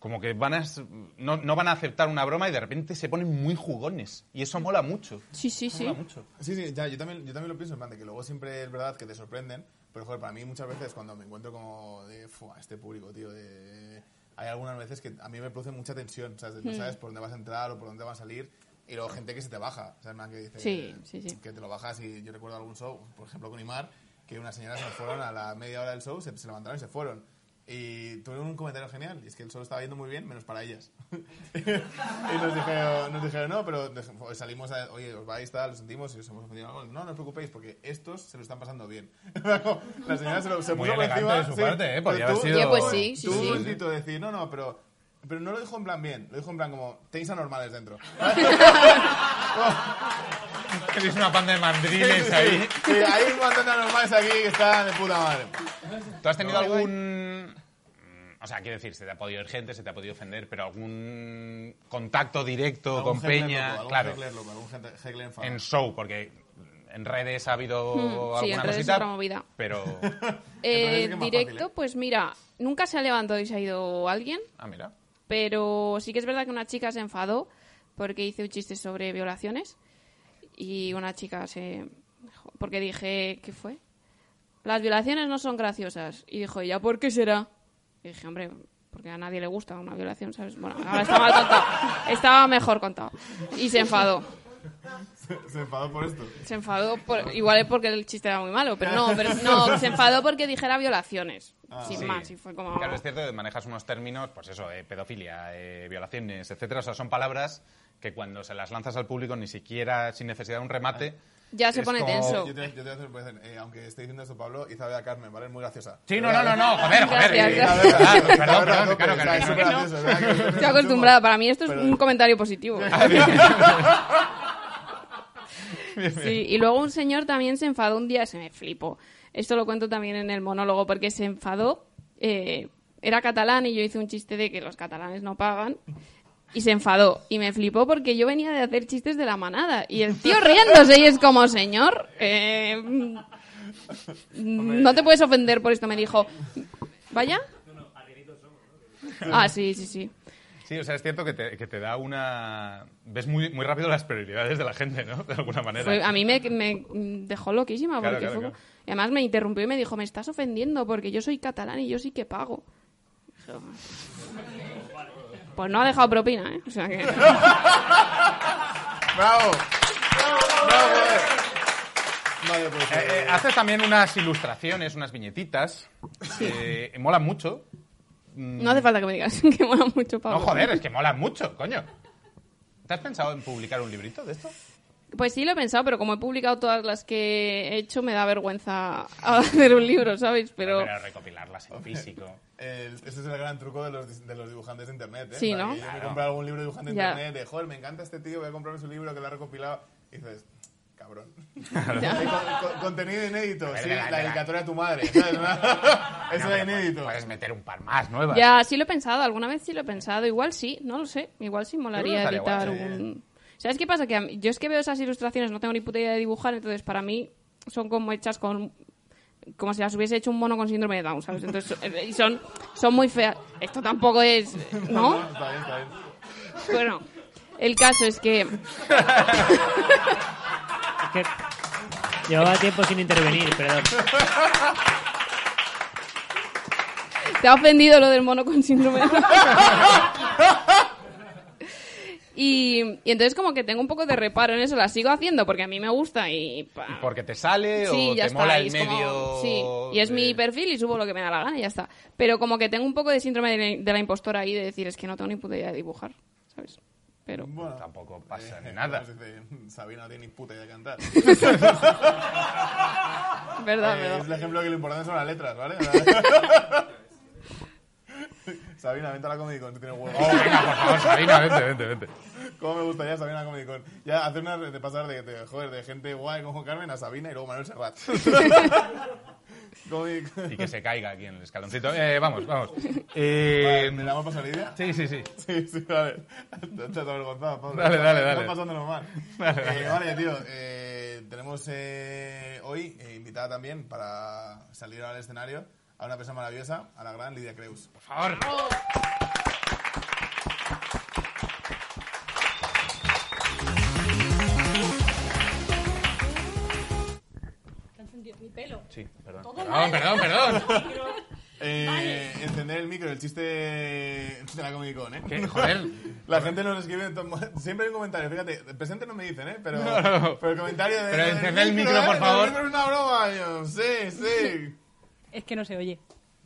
como que van a, s- no, no van a aceptar una broma y de repente se ponen muy jugones. Y eso mola mucho. Sí, sí, sí. Mola mucho. Sí, sí, ya, yo también, yo también lo pienso, en plan de que luego siempre es verdad que te sorprenden, pero joder, para mí muchas veces cuando me encuentro como de, "Fua, este público, tío, de- hay algunas veces que a mí me produce mucha tensión, ¿sabes? Hmm. De No sabes por dónde vas a entrar o por dónde vas a salir, y luego gente que se te baja, o sea, en plan que dice Sí, sí, sí. que te lo bajas y yo recuerdo algún show, por ejemplo con Imar, que unas señoras se fueron a la media hora del show, se, se levantaron y se fueron. Y tuvieron un comentario genial, y es que el show estaba yendo muy bien, menos para ellas. y nos dijeron, nos dijeron, no, pero dej- pues salimos a, oye, os vais, tal, lo sentimos, y os hemos ofendido algo. No, no os preocupéis, porque estos se lo están pasando bien. la señora se, lo, se Muy puso por elegante encima. de su parte, ¿eh? pero Podría tú- haber sido- Oye, pues sí, sí, tú sí. un poquito decir, no, no, pero... Pero no lo dijo en plan bien, lo dijo en plan como, tenéis anormales dentro. Tenéis una panda de mandriles ahí. Sí, hay un montón de anormales aquí que están de puta madre. ¿Tú has tenido algún... mm, O sea, quiero decir, se te ha podido ir gente, se te ha podido ofender, pero algún contacto directo Algún con heckler Peña, loco, claro, Algún heckler loco, algún gente- heckler enfadado. en show, porque en redes ha habido Mm, alguna sí, en redes es cosita, otra movida. pero... Entonces es Eh, que es más directo, fácil, ¿eh? pues mira, nunca se ha levantado y se ha ido alguien. Ah, mira. pero sí que es verdad que una chica se enfadó porque hice un chiste sobre violaciones y una chica se porque dije ¿qué fue? Las violaciones no son graciosas y dijo ella ¿por qué será? Y dije hombre porque a nadie le gusta una violación ¿sabes? Bueno ahora está mal contado estaba mejor contado y se enfadó Se enfadó por esto. se enfadó por- igual es porque el chiste era muy malo pero no pero no se enfadó porque dijera violaciones sin Ah, Sí. más y fue como Claro, es cierto que manejas unos términos, pues eso, eh, pedofilia, eh, violaciones, etcétera. O sea, son palabras que cuando se las lanzas al público ni siquiera sin necesidad de un remate. Ya se es pone como- tenso. Yo te, yo te voy a hacer, voy a hacer, eh, aunque esté diciendo esto Pablo, Isabel de Carmen, ¿vale? Es muy graciosa. Sí, no, no, no, no, joder, joder. Gracias, eh, gracias. ah, Está Perdón, perdón, claro, bravo, pero está claro, súper claro. gracioso, ¿verdad? Que- Estoy acostumbrada, para mí esto es un comentario positivo. Ah, Sí, y luego un señor también se enfadó un día, se me flipo. Esto lo cuento también en el monólogo, porque se enfadó. eh, era catalán y yo hice un chiste de que los catalanes no pagan. Y se enfadó. Y me flipó porque yo venía de hacer chistes de la manada. Y el tío riéndose y es como, señor, eh, mm, no te puedes ofender por esto. Me dijo, ¿vaya? Ah, sí, sí, sí. Sí, o sea, es cierto que te, que te da una... Ves muy, muy rápido las prioridades de la gente, ¿no? De alguna manera. Fue- Pues, a mí me, me dejó loquísima Claro, porque claro, fue- claro. y además me interrumpió y me dijo, me estás ofendiendo porque yo soy catalán y yo sí que pago. Dije, "Oh". Pues no ha dejado propina, ¿eh? O sea que... ¡Bravo! ¡Bravo! eh. Vale, pues, Eh, eh, haces también unas ilustraciones, unas viñetitas. que molan mucho. No hace falta que me digas que mola mucho pago. Mm. No, joder, es que molan mucho, coño. ¿Te has pensado en publicar un librito de esto? Pues sí lo he pensado, pero como he publicado todas las que he hecho, me da vergüenza hacer un libro, ¿sabes? Pero... Pero recopilarlas en físico. El- ese es el gran truco de los, dis- de los dibujantes de internet, ¿eh? Sí, O sea, ¿no? que Yo me Claro. compré algún libro de dibujante de Ya. internet de, joder, me encanta este tío, voy a comprarme su libro que lo ha recopilado. Y dices, cabrón. Ya. Eh, con- con- contenido inédito, ver, sí, de la- la de la- dedicatoria a tu madre, ¿sabes? Una- Eso Ah, No, era pero inédito. Puedes meter un par más nuevas. Ya, sí lo he pensado, alguna vez sí lo he pensado, igual sí, no lo sé, igual sí molaría estaría guay, editar un... ¿Sabes qué pasa? Que a mí- yo es que veo esas ilustraciones, no tengo ni puta idea de dibujar, entonces para mí son como hechas con... Como si las hubiese hecho un mono con síndrome de Down, ¿sabes? Entonces, eh, y son, son muy feas. Esto tampoco es... ¿No? Está bien, está bien. Bueno, el caso es que... Es que llevaba tiempo sin intervenir, perdón. Te ha ofendido lo del mono con síndrome de Down. Y, y entonces como que tengo un poco de reparo en eso, las sigo haciendo porque a mí me gusta y... pa- Porque te sale Sí, o ya te está. mola y el es como- medio. sí, y es de- mi perfil y subo lo que me da la gana y ya está. Pero como que tengo un poco de síndrome de, de la impostora ahí de decir, es que no tengo ni puta idea de dibujar, ¿sabes? Pero... Bueno, Tampoco pasa ni eh, nada. como se dice, Sabina no tiene ni puta idea de cantar. Mm. Verdad, Eh, verdad. es el ejemplo que lo importante son las letras, ¿vale? O sea- Sabina, vente a la Comedy Con, tú tienes huevo. Oh, venga, por favor, Sabina, vente, vente, vente. ¿Cómo me gustaría Sabina Comedy Con? Ya, hacer una de pasar de, de, joder, de gente guay como Carmen a Sabina y luego Manuel Serrat. Comedy Con. Y que se caiga aquí en el escaloncito. Eh, vamos, vamos. Eh, ¿Me damos pasar la idea? sí, sí, sí. Sí, sí, vale. Estás avergonzado, Pablo. Dale, dale, dale. Estás pasándolo mal. Dale, dale. Eh, vale, tío. eh, tenemos eh, hoy eh, invitada también para salir al escenario a una persona maravillosa, a la gran Lidia Creus. Por favor. Mi pelo. Sí, perdón. Todo Perdón, mal. perdón, perdón. Eh, Encender el micro, el chiste de la Comic Con, ¿eh? ¿Qué? Joder. La gente nos escribe, en tom- siempre hay un comentario, fíjate, el presente no me dicen, ¿eh? Pero, No, no. pero el comentario de... Pero encender el micro, ¿eh? por favor. El micro es una broma, yo, sí, sí. Es que no se oye.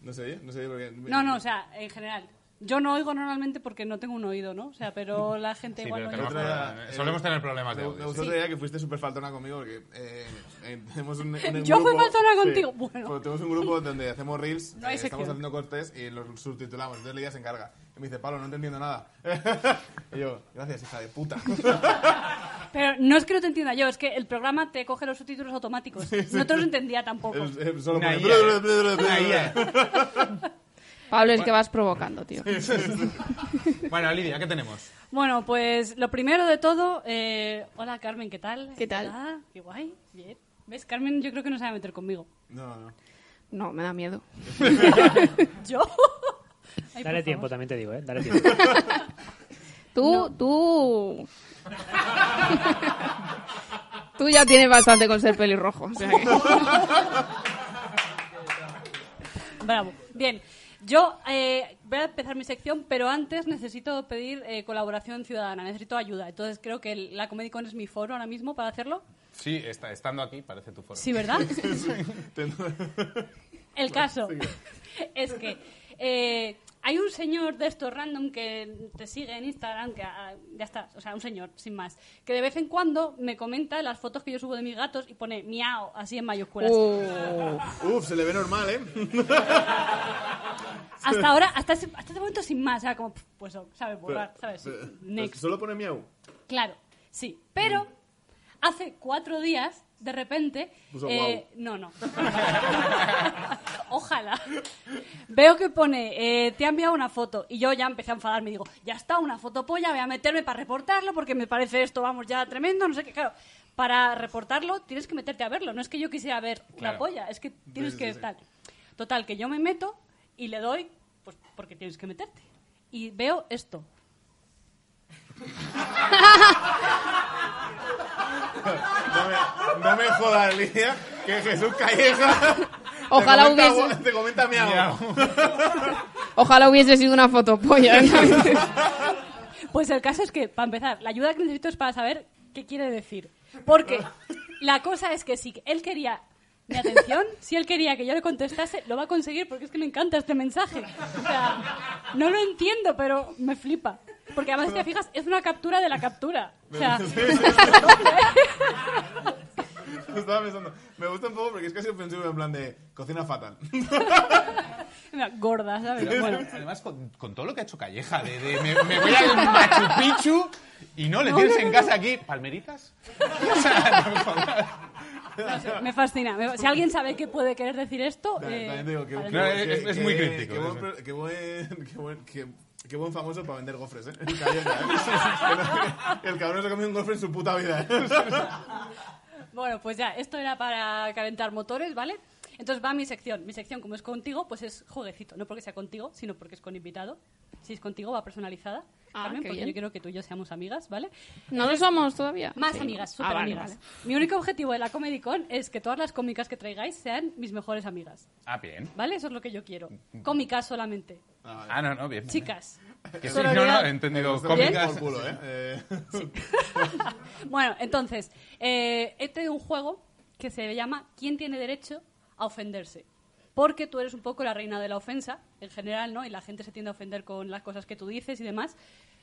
No se oye, no se oye porque... No, no, o sea, en general. Yo no oigo normalmente porque no tengo un oído, ¿no? O sea, pero la gente Sí, igual pero no tenemos oye. problemas. Eh, Solemos tener problemas de Me, me audio. gustó Ah, sí. otra idea que fuiste súper faltona conmigo porque eh, eh, tenemos un, un grupo... Yo fui faltona sí. contigo, bueno. Pero tenemos un grupo donde hacemos reels, No hay eh, estamos sección. haciendo cortes y los subtitulamos. Entonces Lidia se encarga. Y me dice, Pablo, no te entiendo nada. y yo, gracias, hija de puta. Pero no es que no te entienda yo, es que el programa te coge los subtítulos automáticos. No te los entendía tampoco. Es- es solo Una pone- IA, ¿eh? Una IA. Pablo es que vas provocando, tío. Bueno, Lidia, ¿qué tenemos? Bueno, pues lo primero de todo, eh, hola Carmen, ¿qué tal? ¿Qué tal? Ah, qué guay, bien. ¿Ves? Carmen yo creo que no se va a meter conmigo. No, no. No, me da miedo. ¿Yo? Dale Ay, por favor. tiempo, también te digo, ¿eh? Dale tiempo. Tú, tú... tú ya tienes bastante con ser pelirrojo. O sea que... Bravo. Bien. Yo eh, voy a empezar mi sección, pero antes necesito pedir eh, colaboración ciudadana, necesito ayuda. Entonces creo que el- la Comedicon es mi foro ahora mismo para hacerlo. Sí, está- estando aquí parece tu foro. Sí, ¿verdad? Te- El caso es que eh, Hay un señor de estos random que te sigue en Instagram, que ah, ya está, o sea, un señor, sin más, que de vez en cuando me comenta las fotos que yo subo de mis gatos y pone miau, así en mayúsculas. Oh. Uf, se le ve normal, ¿eh? Hasta ahora, hasta ese, hasta ese momento, sin más, era como, pf, pues, oh, sabes borrar, Pero- sabes, pero- next. Solo pone miau. Claro, sí. Pero hace cuatro días, de repente. Puso eh, No, no. Ojalá. Veo que pone, eh, te ha enviado una foto. Y yo ya empecé a enfadarme. Digo, ya está, una foto polla, voy a meterme para reportarlo porque me parece esto, vamos, ya tremendo, no sé qué. Claro, para reportarlo tienes que meterte a verlo. No es que yo quisiera ver Claro. la polla, es que tienes Sí, sí, que sí. estar. Total, que yo me meto y le doy, pues porque tienes que meterte. Y veo esto. No me, no me jodas, Lidia, que Jesús Calleja. te Ojalá comenta hubiese- bo- Te comenta miau. Ojalá hubiese sido una fotopolla. ¿sabes? Pues el caso es que, para empezar, la ayuda que necesito es para saber qué quiere decir. Porque la cosa es que si él quería mi atención, si él quería que yo le contestase, lo va a conseguir porque es que me encanta este mensaje. O sea, no lo entiendo, pero me flipa. Porque además, si te fijas, es una captura de la captura. O sea, Estaba pensando. Me gusta un poco porque es casi ofensivo en plan de cocina fatal. mira, gorda, ¿sabes? Bueno, Además, con, con todo lo que ha hecho Calleja, de, de me, me voy a Machu Picchu y no le tienes en casa aquí. ¿Palmeritas? O sea, no jodas. no sé, me fascina. Me- Si alguien sabe qué puede querer decir esto... También eh, también te digo que, adelante. No, es- es muy crítico, Qué buen, eso. pro- qué buen, qué buen, qué, qué buen famoso para vender gofres, ¿eh? El, Calleja, ¿eh? el cabrón se comió un gofre en su puta vida. ¿eh? Bueno, pues ya, esto era para calentar motores, ¿vale? Entonces va mi sección. Mi sección, como es contigo, pues es jueguecito. No porque sea contigo, sino porque es con invitado. Si es contigo, va personalizada. Ah, Carmen, qué porque bien. yo quiero que tú y yo seamos amigas, ¿vale? ¿No lo somos todavía? Más Sí. amigas, Ah, súper vale, amigas. vale. Mi único objetivo de la Comedy Con es que todas las cómicas que traigáis sean mis mejores amigas, Ah, bien. ¿vale? Eso es lo que yo quiero. Cómicas solamente. Ah, no, no, bien. Chicas. Que sí, no, Sororidad. no, he entendido. Cómicas. Por culo, ¿eh? Eh, Bueno, entonces, eh, este es un juego que se llama ¿Quién tiene derecho a ofenderse? Porque tú eres un poco la reina de la ofensa, en general, ¿no? Y la gente se tiende a ofender con las cosas que tú dices y demás.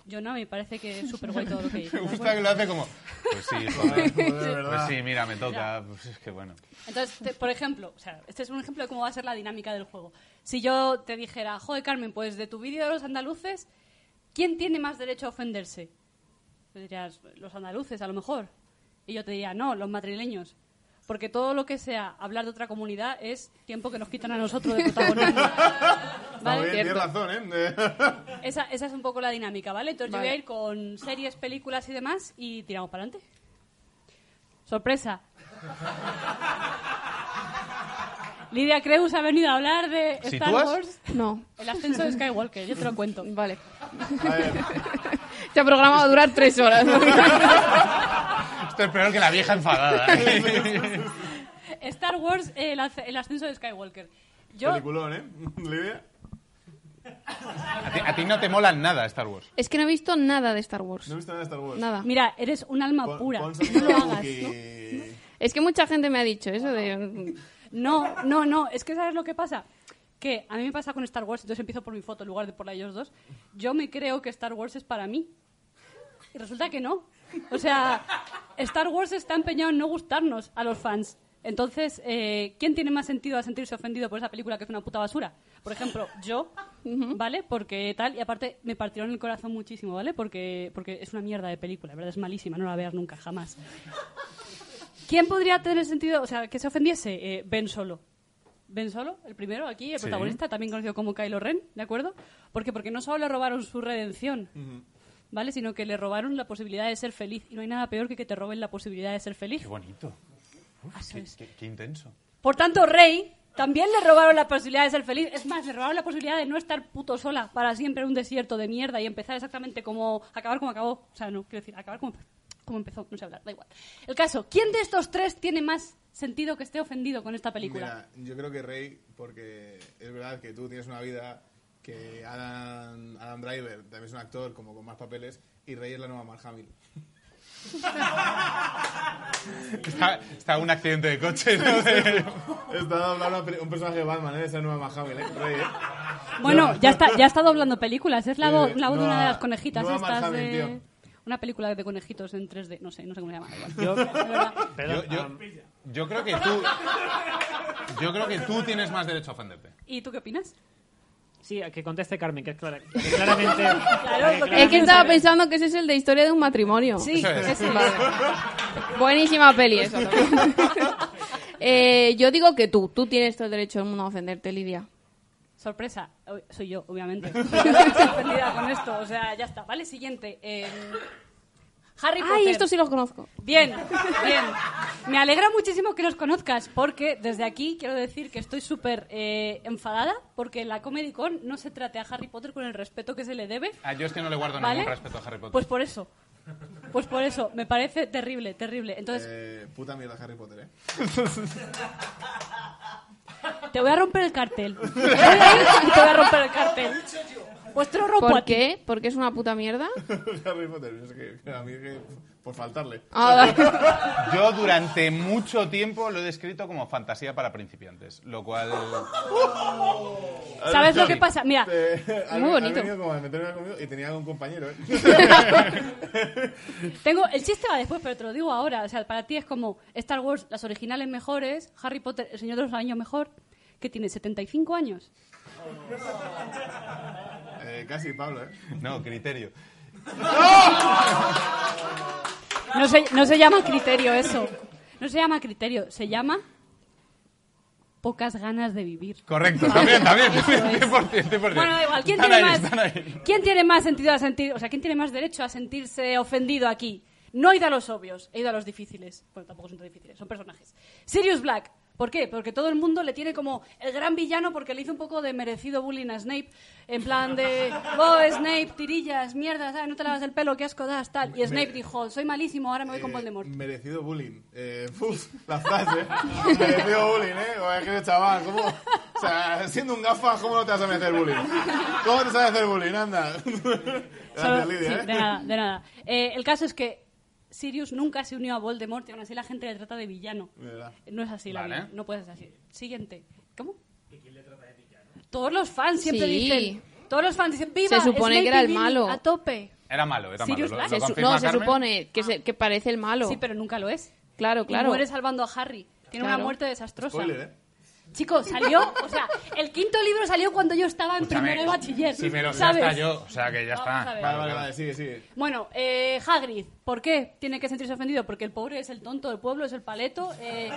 Yo no, me parece que es súper guay todo lo que dices. Me gusta que lo hace como. Pues sí, Eh, joder, joder. de Pues verdad. sí, mira, me toca. Pues es que bueno. Entonces, te- por ejemplo, o sea, este es un ejemplo de cómo va a ser la dinámica del juego. Si yo te dijera, joder, Carmen, pues de tu vídeo de los andaluces, ¿quién tiene más derecho a ofenderse? Me dirías, los andaluces, a lo mejor. Y yo te diría, no, los madrileños. Porque todo lo que sea hablar de otra comunidad es tiempo que nos quitan a nosotros de protagonismo. está bien, ¿Vale? tienes cierto. razón, ¿eh? Esa, esa es un poco la dinámica, ¿vale? Entonces yo Vale. voy a ir con series, películas y demás y tiramos para adelante. Sorpresa. Lidia Creus ha venido a hablar de Star ¿Sitúas? Wars, No, el ascenso de Skywalker, yo te lo cuento. vale. A ver, Este programa va a durar tres horas. Esto es peor que la vieja enfadada. ¿eh? Star Wars, el, asc- el ascenso de Skywalker. Yo, peliculón, ¿eh? Lidia. A ti, a ti no te molan nada Star Wars. es que no he visto nada de Star Wars. No he visto nada de Star Wars. Nada. mira, eres un alma Pon- pura, pon no sonido lo hagas. Wookiee. ¿no? Es que mucha gente me ha dicho eso de... No, no, no. Es que ¿sabes lo que pasa? Que a mí me pasa con Star Wars, entonces empiezo por mi foto en lugar de por la de ellos dos. Yo me creo que Star Wars es para mí. Y resulta que no. O sea, Star Wars está empeñado en no gustarnos a los fans. Entonces, eh, ¿quién tiene más sentido a sentirse ofendido por esa película que es una puta basura? Por ejemplo, yo, ¿vale? Porque tal, y aparte me partieron el corazón muchísimo, ¿vale? Porque, porque es una mierda de película, la verdad es malísima, no la veas nunca, jamás. ¿Quién podría tener sentido, o sea, que se ofendiese? Eh, ben Solo. Ben Solo, el primero aquí, el Sí. protagonista, también conocido como Kylo Ren, ¿de acuerdo? Porque porque no solo le robaron su redención, ¿vale? Sino que le robaron la posibilidad de ser feliz. Y no hay nada peor que que te roben la posibilidad de ser feliz. Qué bonito. Uf, Eso qué, es. qué- qué intenso. Por tanto, Rey también le robaron la posibilidad de ser feliz. Es más, le robaron la posibilidad de no estar puto sola para siempre en un desierto de mierda y empezar exactamente como. acabar como acabó. O sea, no, quiero decir, acabar como, como empezó. No sé hablar, da igual. El caso, ¿quién de estos tres tiene más sentido que esté ofendido con esta película? Mira, yo creo que Rey, porque es verdad que tú tienes una vida que Adam, Adam Driver también es un actor como con más papeles y Rey es la nueva Mark Hamill. Está, está un accidente de coche, ¿no? De- Está doblando a un personaje de Batman, ¿eh? es la nueva Mark Hamill, ¿eh? Rey, ¿eh? Bueno, ya está, ya está doblando películas. Es la, Sí, voz la voz de Eh, no una a- de las conejitas no a estas Mark Hamill, de... Una película de conejitos en 3D. No sé, no sé cómo se llama. igual. Yo, De verdad. perdón, Yo- yo- um, Yo creo que tú. Yo creo que tú tienes más derecho a ofenderte. ¿Y tú qué opinas? sí, que conteste Carmen, que es clara- que claramente... Claro, que porque- claramente- Es que estaba pensando que ese es el de historia de un matrimonio. Sí, Eso es. ese es. Buenísima peli eso. también. Eh, yo digo que tú, tú tienes todo el derecho del mundo a ofenderte, Lidia. Sorpresa, o- soy yo, obviamente. Estoy sorprendida con esto, o sea, ya está. Vale, siguiente. eh, Harry Potter. Ay, esto sí los conozco. Bien, bien. Me alegra muchísimo que los conozcas, porque desde aquí quiero decir que estoy súper eh, enfadada porque la Comedy Con no se trate a Harry Potter con el respeto que se le debe. Ah, yo es que no le guardo ¿Vale? ningún respeto a Harry Potter. Pues por eso. Pues por eso, me parece terrible, terrible. Entonces, Eh, puta mierda Harry Potter, ¿eh? te voy a romper el cartel. Te voy a romper el cartel. Pues te lo rompo a ¿Por ti. qué? ¿Porque es una puta mierda? Harry Potter, es que- que a mí que... Por faltarle. Ah, Yo durante mucho tiempo lo he descrito como fantasía para principiantes, lo cual. ¿Sabes lo que pasa? Mira, Eh, Muy ha- bonito. Ha venido como a meterme conmigo y tenía un compañero, ¿eh? Tengo, el chiste va después, pero te lo digo ahora. O sea, para ti es como Star Wars, las originales mejores, Harry Potter, El Señor de los Anillos mejor, que tiene 75 años. Eh, Casi Pablo, ¿eh? No, criterio. No se, no se llama criterio eso. No se llama criterio, se llama pocas ganas de vivir. Correcto, también, también. Eso es. 100%, 100%. Bueno, da igual. ¿Quién Están tiene, ahí, más, están ahí. ¿Quién tiene más sentido a sentir, o sea, quién tiene más derecho a sentirse ofendido aquí? No he ido a los obvios, he ido a los difíciles. Bueno, tampoco son tan difíciles, son personajes. Sirius Black. ¿Por qué? Porque todo el mundo le tiene como el gran villano porque le hizo un poco de merecido bullying a Snape. En plan de, oh, Snape, tirillas, mierda, ¿sabes? no te lavas el pelo, qué asco das, tal. Y Snape dijo, soy malísimo, ahora me voy con Eh, Voldemort. merecido bullying. Eh, uf, la frase. merecido bullying, ¿eh? Oye, que chaval, ¿cómo? O sea, siendo un gafa, ¿cómo no te vas a merecer bullying? ¿Cómo te sabes hacer bullying? Anda. Gracias, Solo- Lidia, sí, de ¿eh? nada, de nada. Eh, el caso es que Sirius nunca se unió a Voldemort y aún así la gente le trata de villano. ¿Verdad? No es así Vale. la vida, no puedes ser así. Siguiente. ¿cómo? Todos los fans siempre Sí. dicen, todos los fans dicen, viva Se supone Snape que era y el Lily, malo. A tope. Era malo, era malo. Sirius ¿Lo, lo Black. se su- confirma no, se Carmen? supone que, se- que parece el malo. Sí, pero nunca lo es. Claro, Y claro. muere salvando a Harry. Tiene una Claro. muerte desastrosa. Spoiler, ¿eh? Chicos, salió, o sea, el quinto libro salió cuando yo estaba en Escúchame, primero de bachiller. Sí, pero ya ¿sabes? está yo. O sea, que ya Vamos está. a ver. Vale, vale, vale, sigue, sigue. Bueno, eh, Hagrid, ¿por qué tiene que sentirse ofendido? Porque el pobre es el tonto del pueblo, es el paleto, eh,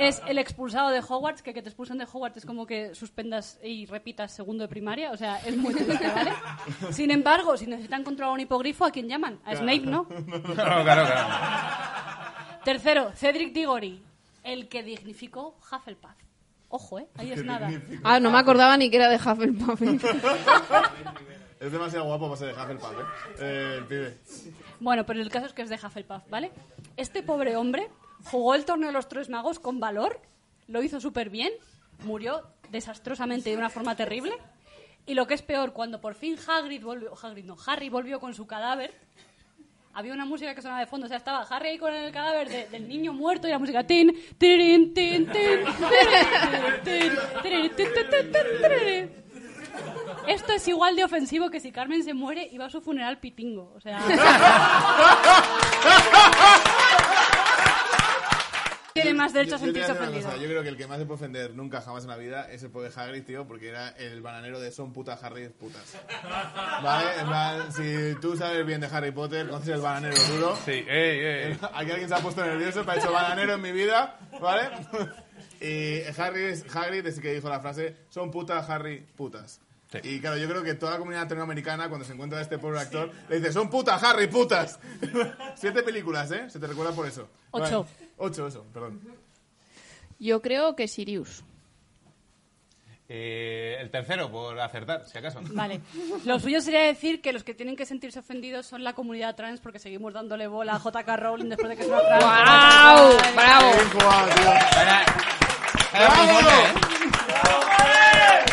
es el expulsado de Hogwarts, que que te expulsen de Hogwarts es como que suspendas y repitas segundo de primaria, o sea, es muy triste, ¿vale? Sin embargo, si necesitan controlar a un hipogrifo, ¿a quién llaman? A Snape, ¿no? Claro, claro, claro. Tercero, Cedric Diggory, el que dignificó Hufflepuff. Ojo, ¿eh? Ahí es nada. Ah, no me acordaba ni que era de Hufflepuff. Es demasiado guapo para ser de Hufflepuff, ¿eh? Eh, el pibe. Bueno, pero el caso es que es de Hufflepuff, ¿vale? Este pobre hombre jugó el torneo de los tres magos con valor, lo hizo súper bien, murió desastrosamente de una forma terrible. Y lo que es peor, cuando por fin Hagrid volvió, Hagrid no, Harry volvió con su cadáver, había una música que sonaba de fondo, o sea, estaba Harry ahí con el cadáver de- del niño muerto y la música tin, tirin, tin, tin, tirin, tin, tirin, tin, tin, tin, tin, tirin. Esto es igual de ofensivo que si Carmen se muere y va a su funeral pitingo, o sea... Tiene más derecho a Yo- yo te voy sentirse decir una ofendido. cosa, Yo creo que el que más se puede ofender nunca jamás en la vida es el pobre Hagrid, tío, porque era el bananero de son putas Harry putas. ¿Vale? En plan, si tú sabes bien de Harry Potter, conoces el bananero duro. Sí, eh, ey, ey. Eh, Aquí alguien se ha puesto nervioso, para hecho bananero en mi vida, ¿vale? Y Harry es, Hagrid es el que dijo la frase, son putas Harry putas. Sí. Y claro, yo creo que toda la comunidad latinoamericana, cuando se encuentra a este pobre actor, le dice, son putas Harry putas. Siete películas, ¿eh? Se te recuerda por eso. Ocho. Vale. Ocho, eso, perdón. Yo creo que Sirius. Eh, el tercero, por acertar, si acaso. Vale. Lo suyo sería decir que los que tienen que sentirse ofendidos son la comunidad trans porque seguimos dándole bola a JK Rowling después de que se una trans. ¡Guau! ¡Bravo! Bien jugado, tío. Era, era picona, ¿eh?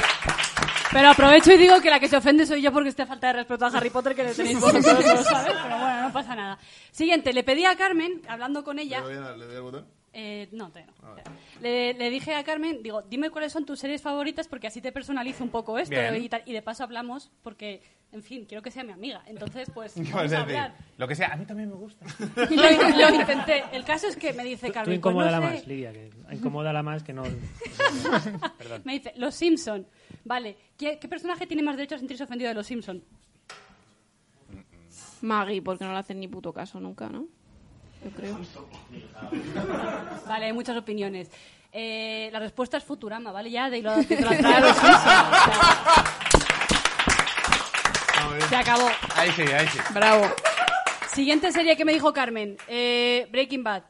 Pero aprovecho y digo que la que se ofende soy yo porque esté falta de respeto a Harry Potter que le tenéis vosotros, ¿sabes? Pero bueno, no pasa nada. Siguiente, le pedí a Carmen, hablando con Le ella, doy, Ah, al- le doy al botón. Eh, no, todavía no. Le, le dije a Carmen, digo, dime cuáles son tus series favoritas porque así te personalizo un poco esto Bien. y tal. Y de paso hablamos porque, en fin, quiero que sea mi amiga. Entonces, pues, ¿Qué vamos vas a a decir? hablar. Lo que sea, a mí también me gusta. Lo, in- lo intenté. El caso es que me dice Tú Carmen, pues, no incomódala sé. más, Lidia. Que incomódala más que no. Perdón. Me dice, Los Simpson. Vale, ¿qué, qué personaje tiene más derecho a sentirse ofendido de Los Simpson? Maggie, porque no le hacen ni puto caso nunca, ¿no? Yo creo. Vale, hay muchas opiniones. Eh, la respuesta es Futurama, ¿vale? Ya de lo de lo- de Los Simpson. o sea, se acabó. Ahí sí, ahí sí. Bravo. Siguiente serie que me dijo Carmen. Eh, Breaking Bad.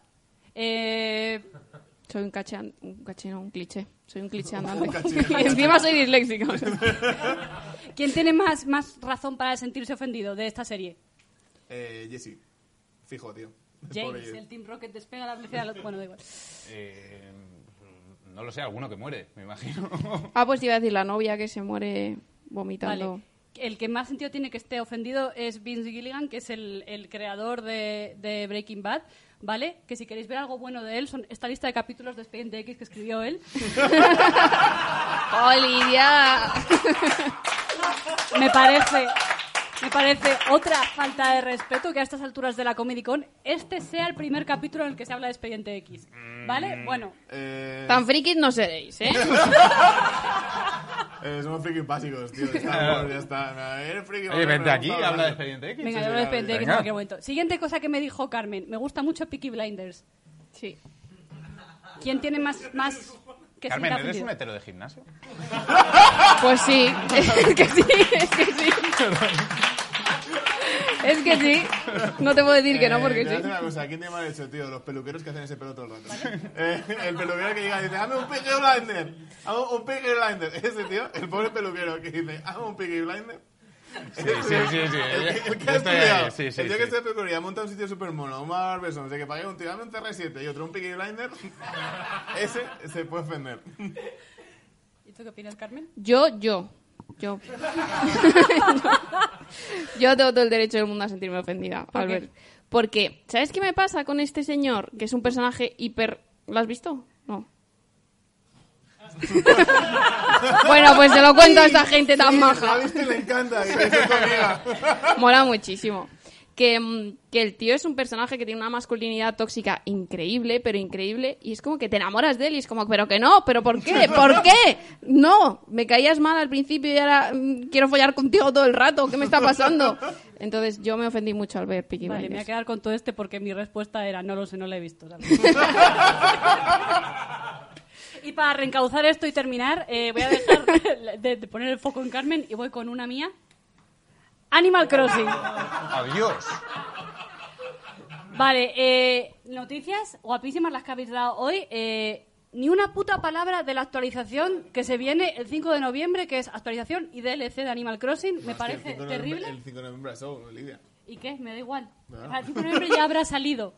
Eh, Soy un caché, an- un caché, no, un cliché. Soy un cliché andante. y encima soy disléxica. o sea. ¿Quién tiene más, más razón para sentirse ofendido de esta serie? Eh, Jesse. Fijo, tío. Pobre James, Jesse. el Team Rocket despega la velocidad. del- Bueno, da igual. Eh, no lo sé, alguno que muere, me imagino. Ah, pues te iba a decir la novia que se muere Vale. vomitando. El que más sentido tiene que esté ofendido es Vince Gilligan, que es el, el creador de, de Breaking Bad, ¿vale? Que si queréis ver algo bueno de él, son esta lista de capítulos de Expediente X que escribió él. Olivia. Me parece, me parece otra falta de respeto que a estas alturas de la Comedy Con este sea el primer capítulo en el que se habla de Expediente X, ¿vale? Bueno, Eh, Tan frikis no seréis, ¿eh? eh, somos frikis básicos, tío. de Star Wars, ya está. No, eres friki, Oye, vamos, vente me aquí y gusta habla de hablar. Expediente X. venga, sí, yo hablo de sí, Expediente X en venga. cualquier momento. Siguiente cosa que me dijo Carmen, me gusta mucho Peaky Blinders. Sí. ¿Quién tiene más, más que se Carmen, sienta ¿eres ofendido? un hetero de gimnasio? Pues sí. Es que sí, es que sí. Es que sí. No te puedo decir que no Eh, te porque voy a decir sí. una cosa, ¿quién tiene mal hecho, tío? Los peluqueros que hacen ese pelo todo el rato. Eh, el peluquero que llega y dice, hazme un pique blinder, hazme un pique blinder. Ese tío, el pobre peluquero que dice, hazme un pique blinder. Sí, sí, sí, sí. El, el Yo que ha estoy ahí, estudiado, sí, sí, el tío que sí. estudia peluquería, monta un sitio súper mono, un barbeson, o sea, que pague un tío, dame un TR7 y otro un pique blinder, ese se puede ofender. ¿Y tú qué opinas, Carmen? Yo, yo. Yo. yo tengo todo el derecho del mundo a sentirme ofendida, qué? Albert. Porque, ¿sabes qué me pasa con este señor? Que es un personaje hiper. ¿Lo has visto? No. bueno, pues se lo cuento a esta gente tan maja. A viste le encanta, que es tu amiga. Mola muchísimo. Que, mm, que el tío es un personaje que tiene una masculinidad tóxica increíble, pero increíble, y es como que te enamoras de él y es como, pero que no, pero ¿por qué? ¿Por qué? No, me caías mal al principio y ahora mm, quiero follar contigo todo el rato, ¿qué me está pasando? Entonces yo me ofendí mucho al ver Peaky Vale, me voy a Blinders. quedar con todo este porque mi respuesta era no lo sé, no lo he visto. ¿sabes? y para reencauzar esto y terminar, eh, voy a dejar de, de poner el foco en Carmen y voy con una mía. Animal Crossing. Adiós. Vale, eh, noticias guapísimas las que habéis dado hoy. Eh, ni una puta palabra de la actualización que se viene el 5 de noviembre, que es actualización y DLC de Animal Crossing. Me parece El 5 de terrible. noviembre- Ah. El 5 de noviembre, eso, Olivia. ¿Y qué? Me da igual. No. O sea, El 5 de noviembre ya habrá salido.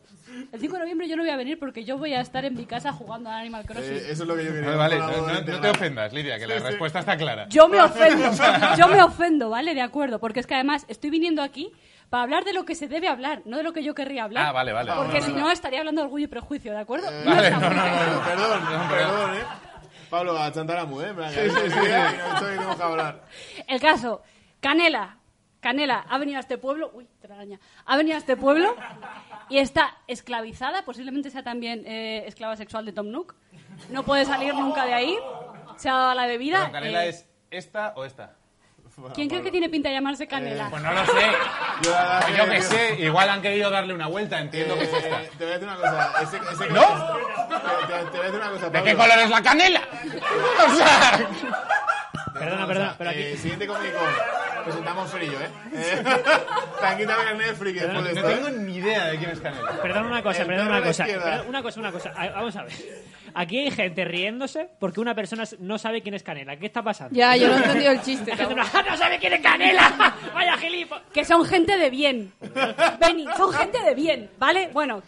El 5 de noviembre yo no voy a venir porque yo voy a estar en mi casa jugando a Animal Crossing. Eh, eso es lo que yo quería. Vale, vale, Por no, favor, no- no te integrado. ofendas, Lidia, que la Sí, sí. respuesta está clara. Yo me ofendo, yo me ofendo, ¿vale? De acuerdo, porque es que además estoy viniendo aquí para hablar de lo que se debe hablar, no de lo que yo querría hablar. Ah, vale, vale. Porque Vale, si vale. no estaría hablando de orgullo y prejuicio, ¿de acuerdo? Eh, Vale, está no, muy no, bien. no, no. Perdón, Perdón, perdón, eh. Pablo, a Chantaramu, eh. en plan, que- que no estoy, tengo que hablar. El caso, Canela. Canela ha venido a este pueblo, uy, telaraña, ha venido a este pueblo y está esclavizada, posiblemente sea también eh, esclava sexual de Tom Nook. No puede salir nunca de ahí, se ha dado a la bebida. Perdón, ¿Canela eh, es esta o esta? ¿Quién cree que tiene pinta de llamarse Canela? Pues no lo sé. Yo, la verdad Pues yo que sé, igual han querido darle una vuelta, entiendo que es esta. Eh, te voy a decir una cosa. Ese, ese ¿No? Te, te- te voy a decir una cosa, ¿De Pablo. qué color es la canela? O sea, Perdona, perdona, pero aquí- Eh, siguiente cómico. Presentamos frío, eh. eh Tanquita con el Netflix. Perdona, después de no esto, tengo ni idea de quién es Canela. Perdón una cosa, El perdón perro una de la cosa. izquierda. perdón una cosa, una cosa. A- Vamos a ver. Aquí hay gente riéndose porque una persona no sabe quién es Canela. ¿Qué está pasando? Ya, Ah, yo no he entendido el chiste. La ¿no? gente, "Ah, no sabe quién es Canela. Vaya gilipo. Que son gente de bien. Benny, son gente de bien, ¿vale? Bueno.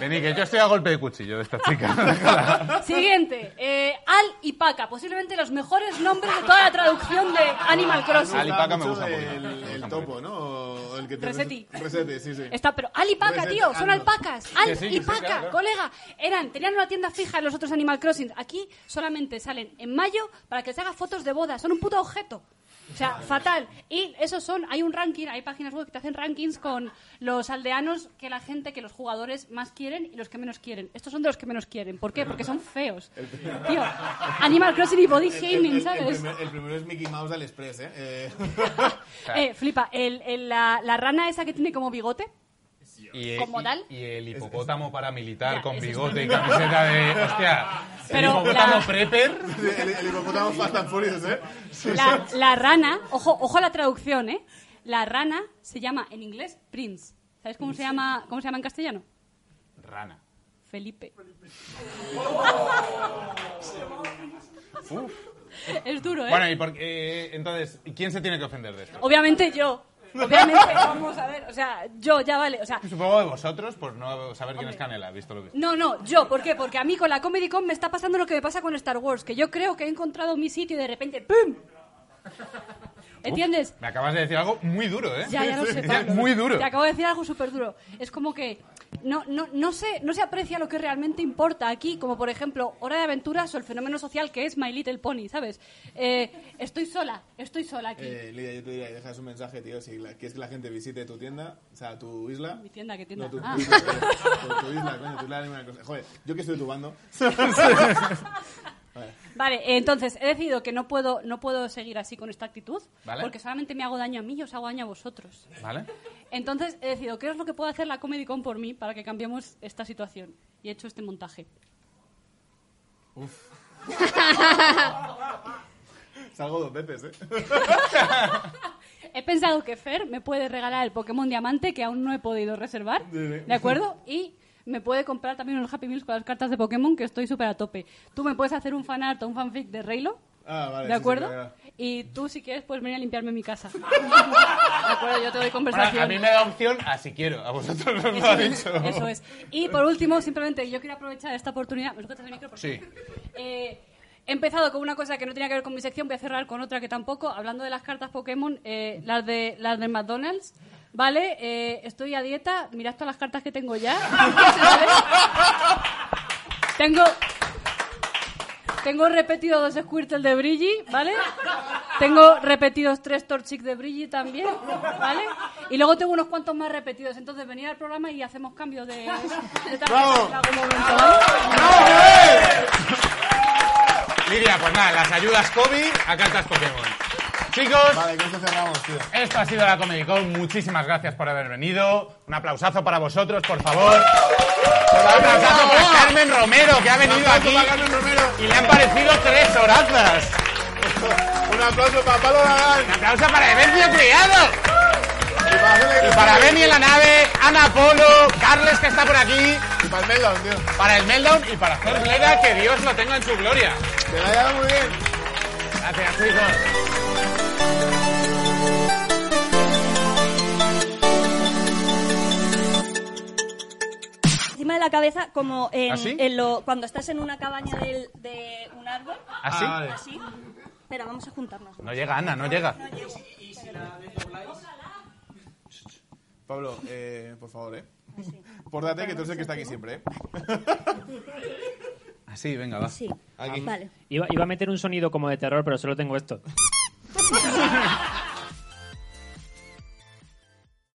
Vení, que yo estoy a golpe de cuchillo de esta chica. Siguiente, eh, Al y Paca, posiblemente los mejores nombres de toda la traducción de Animal Crossing. Al y Paca me Mucho gusta del- mucho, me El, gusta mucho. topo, ¿no? O el que te- Resetti. Resetti, sí, sí. Está, pero Al y Paca, Pues, tío, eh, son ah, alpacas. Al Que sí, que y sí, Paca, claro, claro. colega. Eran, tenían una tienda fija en los otros Animal Crossing. Aquí solamente salen en mayo para que les haga fotos de boda. Son un puto objeto. O sea, fatal. Y esos son, hay un ranking, hay páginas web que te hacen rankings con los aldeanos que la gente, que los jugadores más quieren y los que menos quieren. Estos son de los que menos quieren. ¿Por qué? Porque son feos. Tío, Animal Crossing y body El, el- shaming, el ¿sabes? primer- el primero es Mickey Mouse del Express, ¿eh? Eh, Eh, flipa, el- el- la, la rana esa que tiene como bigote. Y, eh, Como y- tal. Y, el hipopótamo paramilitar Ya, con ese es bigote y camiseta de. Hostia. el Pero hipopótamo la- prepper. el, el hipopótamo Fast and Furious, ¿eh? La, la rana, ojo, ojo a la traducción, ¿eh? La rana se llama en inglés Prince. ¿Sabes cómo se llama, cómo se llama en castellano? Rana. Felipe. Es duro, ¿eh? Bueno, y por, eh, entonces, ¿quién se tiene que ofender de esto? Obviamente yo. Obviamente, vamos a ver. O sea, yo, ya vale. O sea, Supongo de vosotros, por no saber quién es Canela, visto lo que. no, no, yo. ¿Por qué? Porque a mí con la Comedy Con me está pasando lo que me pasa con Star Wars, que yo creo que he encontrado mi sitio y de repente ¡pum! ¿Entiendes? Me acabas de decir algo muy duro, ¿eh? Ya, ya lo sé, Pablo. Muy duro. Te acabo de decir algo súper duro. Es como que no, no, no, se, no se aprecia lo que realmente importa aquí, como por ejemplo Hora de Aventuras o el fenómeno social que es My Little Pony, ¿sabes? Eh, estoy sola, estoy sola aquí. Eh, Lidia, yo te diría, dejas un mensaje, tío, si la- quieres que la gente visite tu tienda, o sea, tu isla. Mi tienda, ¿qué tienda? No, tu, Ah. tu isla, tu- tu isla, coño, tu isla de Animal Crossing. Joder, yo que estoy tubando. Vale, eh, entonces he decidido que no puedo, no puedo seguir así con esta actitud, Vale. porque solamente me hago daño a mí y os hago daño a vosotros. ¿Vale? Entonces he decidido, ¿qué es lo que puede hacer la Comedy Con por mí para que cambiemos esta situación? Y he hecho este montaje. Salgo dos veces, ¿eh? He pensado que Fer me puede regalar el Pokémon Diamante que aún no he podido reservar, ¿de acuerdo? Y me puede comprar también unos Happy Meals con las cartas de Pokémon que estoy súper a tope. Tú me puedes hacer un fanart o un fanfic de Reylo, Ah, vale. sí, sí, ¿de acuerdo? claro. y tú si quieres puedes venir a limpiarme mi casa. ¿De acuerdo? Yo te doy conversación. Bueno, a mí me da opción a si quiero. A vosotros os lo Eso ha es, dicho. eso es. Y por último, simplemente yo quiero aprovechar esta oportunidad. ¿Me sujetas el micro, por Sí. favor? Eh, he empezado con una cosa que no tenía que ver con mi sección, voy a cerrar con otra que tampoco. Hablando de las cartas Pokémon, eh, las de las de McDonald's, ¿vale? Eh, estoy a dieta, mirad todas las cartas que tengo ya. tengo. Tengo repetido dos Squirtle de Brigi, ¿vale? Tengo repetidos tres Torchic de Brigi también, ¿vale? Y luego tengo unos cuantos más repetidos. Entonces, venid al programa y hacemos cambios de, de tarjetas en algún momento, ¿vale? Lidia, pues nada, las ayudas Kobe a cartas Pokémon. Chicos, Vale, con esto cerramos, tío. Esto ha sido la Comedy Con. Muchísimas gracias por haber venido. Un aplausazo para vosotros, por favor. Un aplausazo para Carmen Romero, que ha venido aquí para Carmen Romero. y le han parecido tres horazas. Un aplauso para Pablo Nadal. Un aplauso para Evencio Criado. Y para Cele Y para Benny en la nave, Ana Polo, Carles, que está por aquí, Y para el Melon, tío. para el Meltdown y para Zorbleda, que Dios lo tenga en su gloria. Que la haya dado muy bien. Gracias, chicos. Encima de la cabeza, como en, ¿Así? en lo, cuando estás en una cabaña del- de un árbol. ¿Así? Así. Espera, vamos a juntarnos. ¿Ah, No llega, Ana, no llega. Pablo, eh, por favor, ¿eh? Pues Pórtate, que tú eres el que está aquí siempre, ¿eh? Así, Ah, venga, va. Sí. Aquí. Vale. Iba, iba a meter un sonido como de terror, pero solo tengo esto.